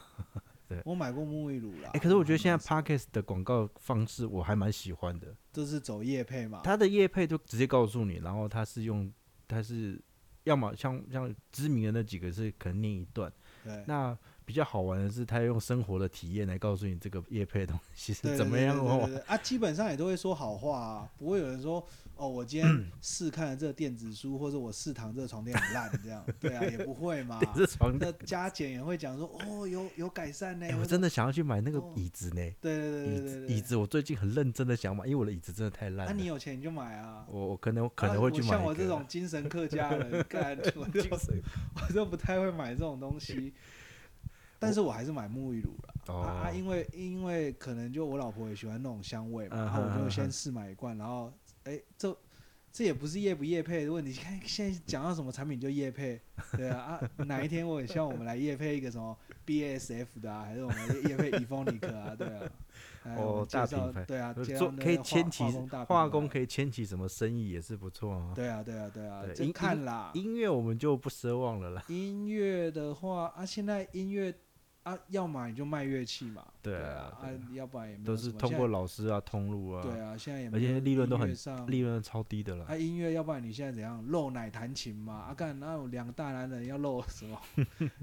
[SPEAKER 1] 我买过沐浴乳啦。嗯
[SPEAKER 2] 哎、可是我觉得
[SPEAKER 1] 还
[SPEAKER 2] 现在
[SPEAKER 1] 蛮
[SPEAKER 2] Parkes 的广告方式我还蛮喜欢的，
[SPEAKER 1] 这是走夜配嘛？
[SPEAKER 2] 它的业配就直接告诉你，然后它是用它是要么像像知名的那几个是可能念一段，
[SPEAKER 1] 对，
[SPEAKER 2] 那比较好玩的是它用生活的体验来告诉你这个业配的东西 [laughs]
[SPEAKER 1] 对
[SPEAKER 2] 是怎么样
[SPEAKER 1] 对对对
[SPEAKER 2] 哦
[SPEAKER 1] 对。对啊，基本上也都会说好话啊，不会有人说哦，我今天试看了这个电子书，或者我试躺这个床垫很烂这样，对啊，也不
[SPEAKER 2] [laughs]
[SPEAKER 1] 会嘛。
[SPEAKER 2] 这床
[SPEAKER 1] 那
[SPEAKER 2] 的，
[SPEAKER 1] 加减也会讲说哦，有有改善呢
[SPEAKER 2] 哎、。我
[SPEAKER 1] 或者
[SPEAKER 2] 真的想要去买那个
[SPEAKER 1] 哦
[SPEAKER 2] 椅子呢。
[SPEAKER 1] 对对
[SPEAKER 2] 椅
[SPEAKER 1] 对对
[SPEAKER 2] 子
[SPEAKER 1] 对对，
[SPEAKER 2] 椅。子，我最近很认真的想买，因为我的椅子真的太烂了。
[SPEAKER 1] 那你有钱你就买啊。
[SPEAKER 2] 我我可能可
[SPEAKER 1] 啊
[SPEAKER 2] 能会去
[SPEAKER 1] 我
[SPEAKER 2] 买一个。
[SPEAKER 1] 像我这种精神客家
[SPEAKER 2] [laughs]
[SPEAKER 1] 人，干我就我就不太会买这种东西，但是我还是买沐浴乳了。
[SPEAKER 2] 哦，
[SPEAKER 1] 啊啊，因为因为可能就我老婆也喜欢那种香味嘛，
[SPEAKER 2] 嗯
[SPEAKER 1] 然后我
[SPEAKER 2] 哼
[SPEAKER 1] 就
[SPEAKER 2] 哼
[SPEAKER 1] 先
[SPEAKER 2] 哼
[SPEAKER 1] 试买一罐，然后哎、这这也不是业不业配的问题，你看现在讲到什么产品就业配，对啊啊，哪一天我很希望我们来业配一个什么 BASF 的啊，还是我们业配 e v o n i c 啊，对啊，哎
[SPEAKER 2] 哦
[SPEAKER 1] 我们介
[SPEAKER 2] 大
[SPEAKER 1] 绍
[SPEAKER 2] 品牌
[SPEAKER 1] 对啊，介
[SPEAKER 2] 做
[SPEAKER 1] 绍那
[SPEAKER 2] 可以
[SPEAKER 1] 个化
[SPEAKER 2] 牵起
[SPEAKER 1] 化工大
[SPEAKER 2] 化工
[SPEAKER 1] 以，
[SPEAKER 2] 可以牵起什么生意也是不错啊。
[SPEAKER 1] 对啊对啊对啊，
[SPEAKER 2] 对
[SPEAKER 1] 这
[SPEAKER 2] 音
[SPEAKER 1] 看啦，
[SPEAKER 2] 音乐我们就不奢望了啦。
[SPEAKER 1] 音乐的话啊，现在音乐啊，要么你就卖乐器嘛，
[SPEAKER 2] 对
[SPEAKER 1] 啊
[SPEAKER 2] 啊，
[SPEAKER 1] 啊
[SPEAKER 2] 对啊
[SPEAKER 1] 要不然也没有
[SPEAKER 2] 都
[SPEAKER 1] 什
[SPEAKER 2] 是
[SPEAKER 1] 么
[SPEAKER 2] 通过
[SPEAKER 1] 现
[SPEAKER 2] 老师啊、通路
[SPEAKER 1] 在
[SPEAKER 2] 啊，
[SPEAKER 1] 对啊，现在也
[SPEAKER 2] 而且
[SPEAKER 1] 没有
[SPEAKER 2] 利润都
[SPEAKER 1] 音乐
[SPEAKER 2] 很
[SPEAKER 1] 上
[SPEAKER 2] 利润超低的
[SPEAKER 1] 啊，
[SPEAKER 2] 了。
[SPEAKER 1] 音乐要不然你现在怎样露奶弹琴嘛？啊，干那有两个大男人要露
[SPEAKER 2] [laughs]
[SPEAKER 1] 什么？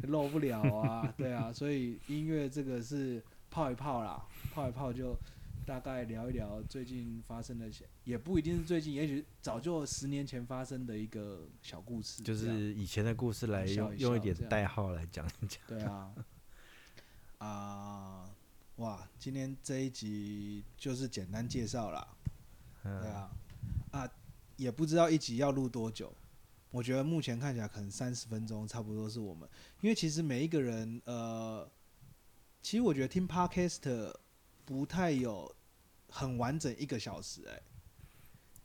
[SPEAKER 1] 露不了啊，对啊，所以音乐这个是泡一泡啦，泡一泡就大概聊一聊最近发生的一些，也不一定是最近，也许早就十年前发生的一个小故事这
[SPEAKER 2] 就
[SPEAKER 1] 样，
[SPEAKER 2] 是以前的故事来
[SPEAKER 1] 笑
[SPEAKER 2] 用
[SPEAKER 1] 一
[SPEAKER 2] 用一
[SPEAKER 1] 笑
[SPEAKER 2] 点
[SPEAKER 1] 这样
[SPEAKER 2] 代号来讲一讲。
[SPEAKER 1] 对啊，啊、哇，今天这一集就是简单介绍啦。对
[SPEAKER 2] 嗯，
[SPEAKER 1] 啊，啊，也不知道一集要录多久。我觉得目前看起来可能三十分钟差不多是我们，因为其实每一个人，呃，其实我觉得听 podcast 不太有很完整一个小时、欸，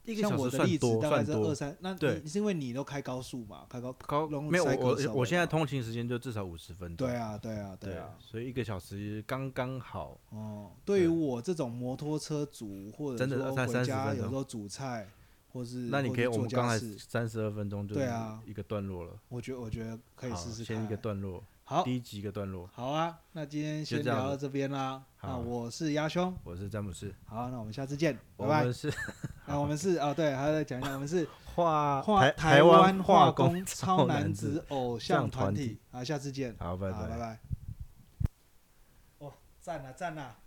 [SPEAKER 2] 一个
[SPEAKER 1] 像
[SPEAKER 2] 小
[SPEAKER 1] 我
[SPEAKER 2] 时
[SPEAKER 1] 的例
[SPEAKER 2] 算多
[SPEAKER 1] 子大
[SPEAKER 2] 算
[SPEAKER 1] 概是二
[SPEAKER 2] 多。
[SPEAKER 1] 三，那
[SPEAKER 2] 对
[SPEAKER 1] 你是因为你都开高速嘛，开高，
[SPEAKER 2] 高
[SPEAKER 1] 龙
[SPEAKER 2] 没有我
[SPEAKER 1] 塞口手
[SPEAKER 2] 我我
[SPEAKER 1] 的
[SPEAKER 2] 现在
[SPEAKER 1] 嘛
[SPEAKER 2] 通勤时间就至少五十分钟。
[SPEAKER 1] 对啊，对啊，
[SPEAKER 2] 对
[SPEAKER 1] 啊，
[SPEAKER 2] 所以一个小时刚刚好。
[SPEAKER 1] 哦，对于
[SPEAKER 2] 对啊
[SPEAKER 1] 我这种摩托车族，或者
[SPEAKER 2] 真的啊
[SPEAKER 1] 说
[SPEAKER 2] 才
[SPEAKER 1] 回
[SPEAKER 2] 30
[SPEAKER 1] 家
[SPEAKER 2] 分
[SPEAKER 1] 有
[SPEAKER 2] 钟
[SPEAKER 1] 时候煮菜，或是
[SPEAKER 2] 那你
[SPEAKER 1] 或
[SPEAKER 2] 可以，
[SPEAKER 1] 是
[SPEAKER 2] 我
[SPEAKER 1] 做
[SPEAKER 2] 们
[SPEAKER 1] 家
[SPEAKER 2] 刚才
[SPEAKER 1] 事
[SPEAKER 2] 三十二分钟就是
[SPEAKER 1] 对啊
[SPEAKER 2] 一个段落了，
[SPEAKER 1] 我觉得我觉得可以
[SPEAKER 2] 好
[SPEAKER 1] 试试看。啊
[SPEAKER 2] 先一个段落，
[SPEAKER 1] 好，
[SPEAKER 2] 第一集一个段落。
[SPEAKER 1] 好啊，那今天
[SPEAKER 2] 就
[SPEAKER 1] 先
[SPEAKER 2] 这样子
[SPEAKER 1] 聊到这边啦。那
[SPEAKER 2] 好
[SPEAKER 1] 我是鸭兄，
[SPEAKER 2] 我是詹姆斯，
[SPEAKER 1] 好，那我们下次见，拜
[SPEAKER 2] 我
[SPEAKER 1] 拜
[SPEAKER 2] 们。是 [laughs]
[SPEAKER 1] 那我们是哦，对，还要再讲一下，我们是
[SPEAKER 2] 化
[SPEAKER 1] 化
[SPEAKER 2] 台
[SPEAKER 1] 湾
[SPEAKER 2] 化
[SPEAKER 1] 工
[SPEAKER 2] 工
[SPEAKER 1] 超
[SPEAKER 2] 男
[SPEAKER 1] 男子，偶像
[SPEAKER 2] 像团
[SPEAKER 1] 团体，好，下次见，
[SPEAKER 2] 好，拜
[SPEAKER 1] 好，
[SPEAKER 2] 拜
[SPEAKER 1] 拜。拜。哦，赞了，赞了。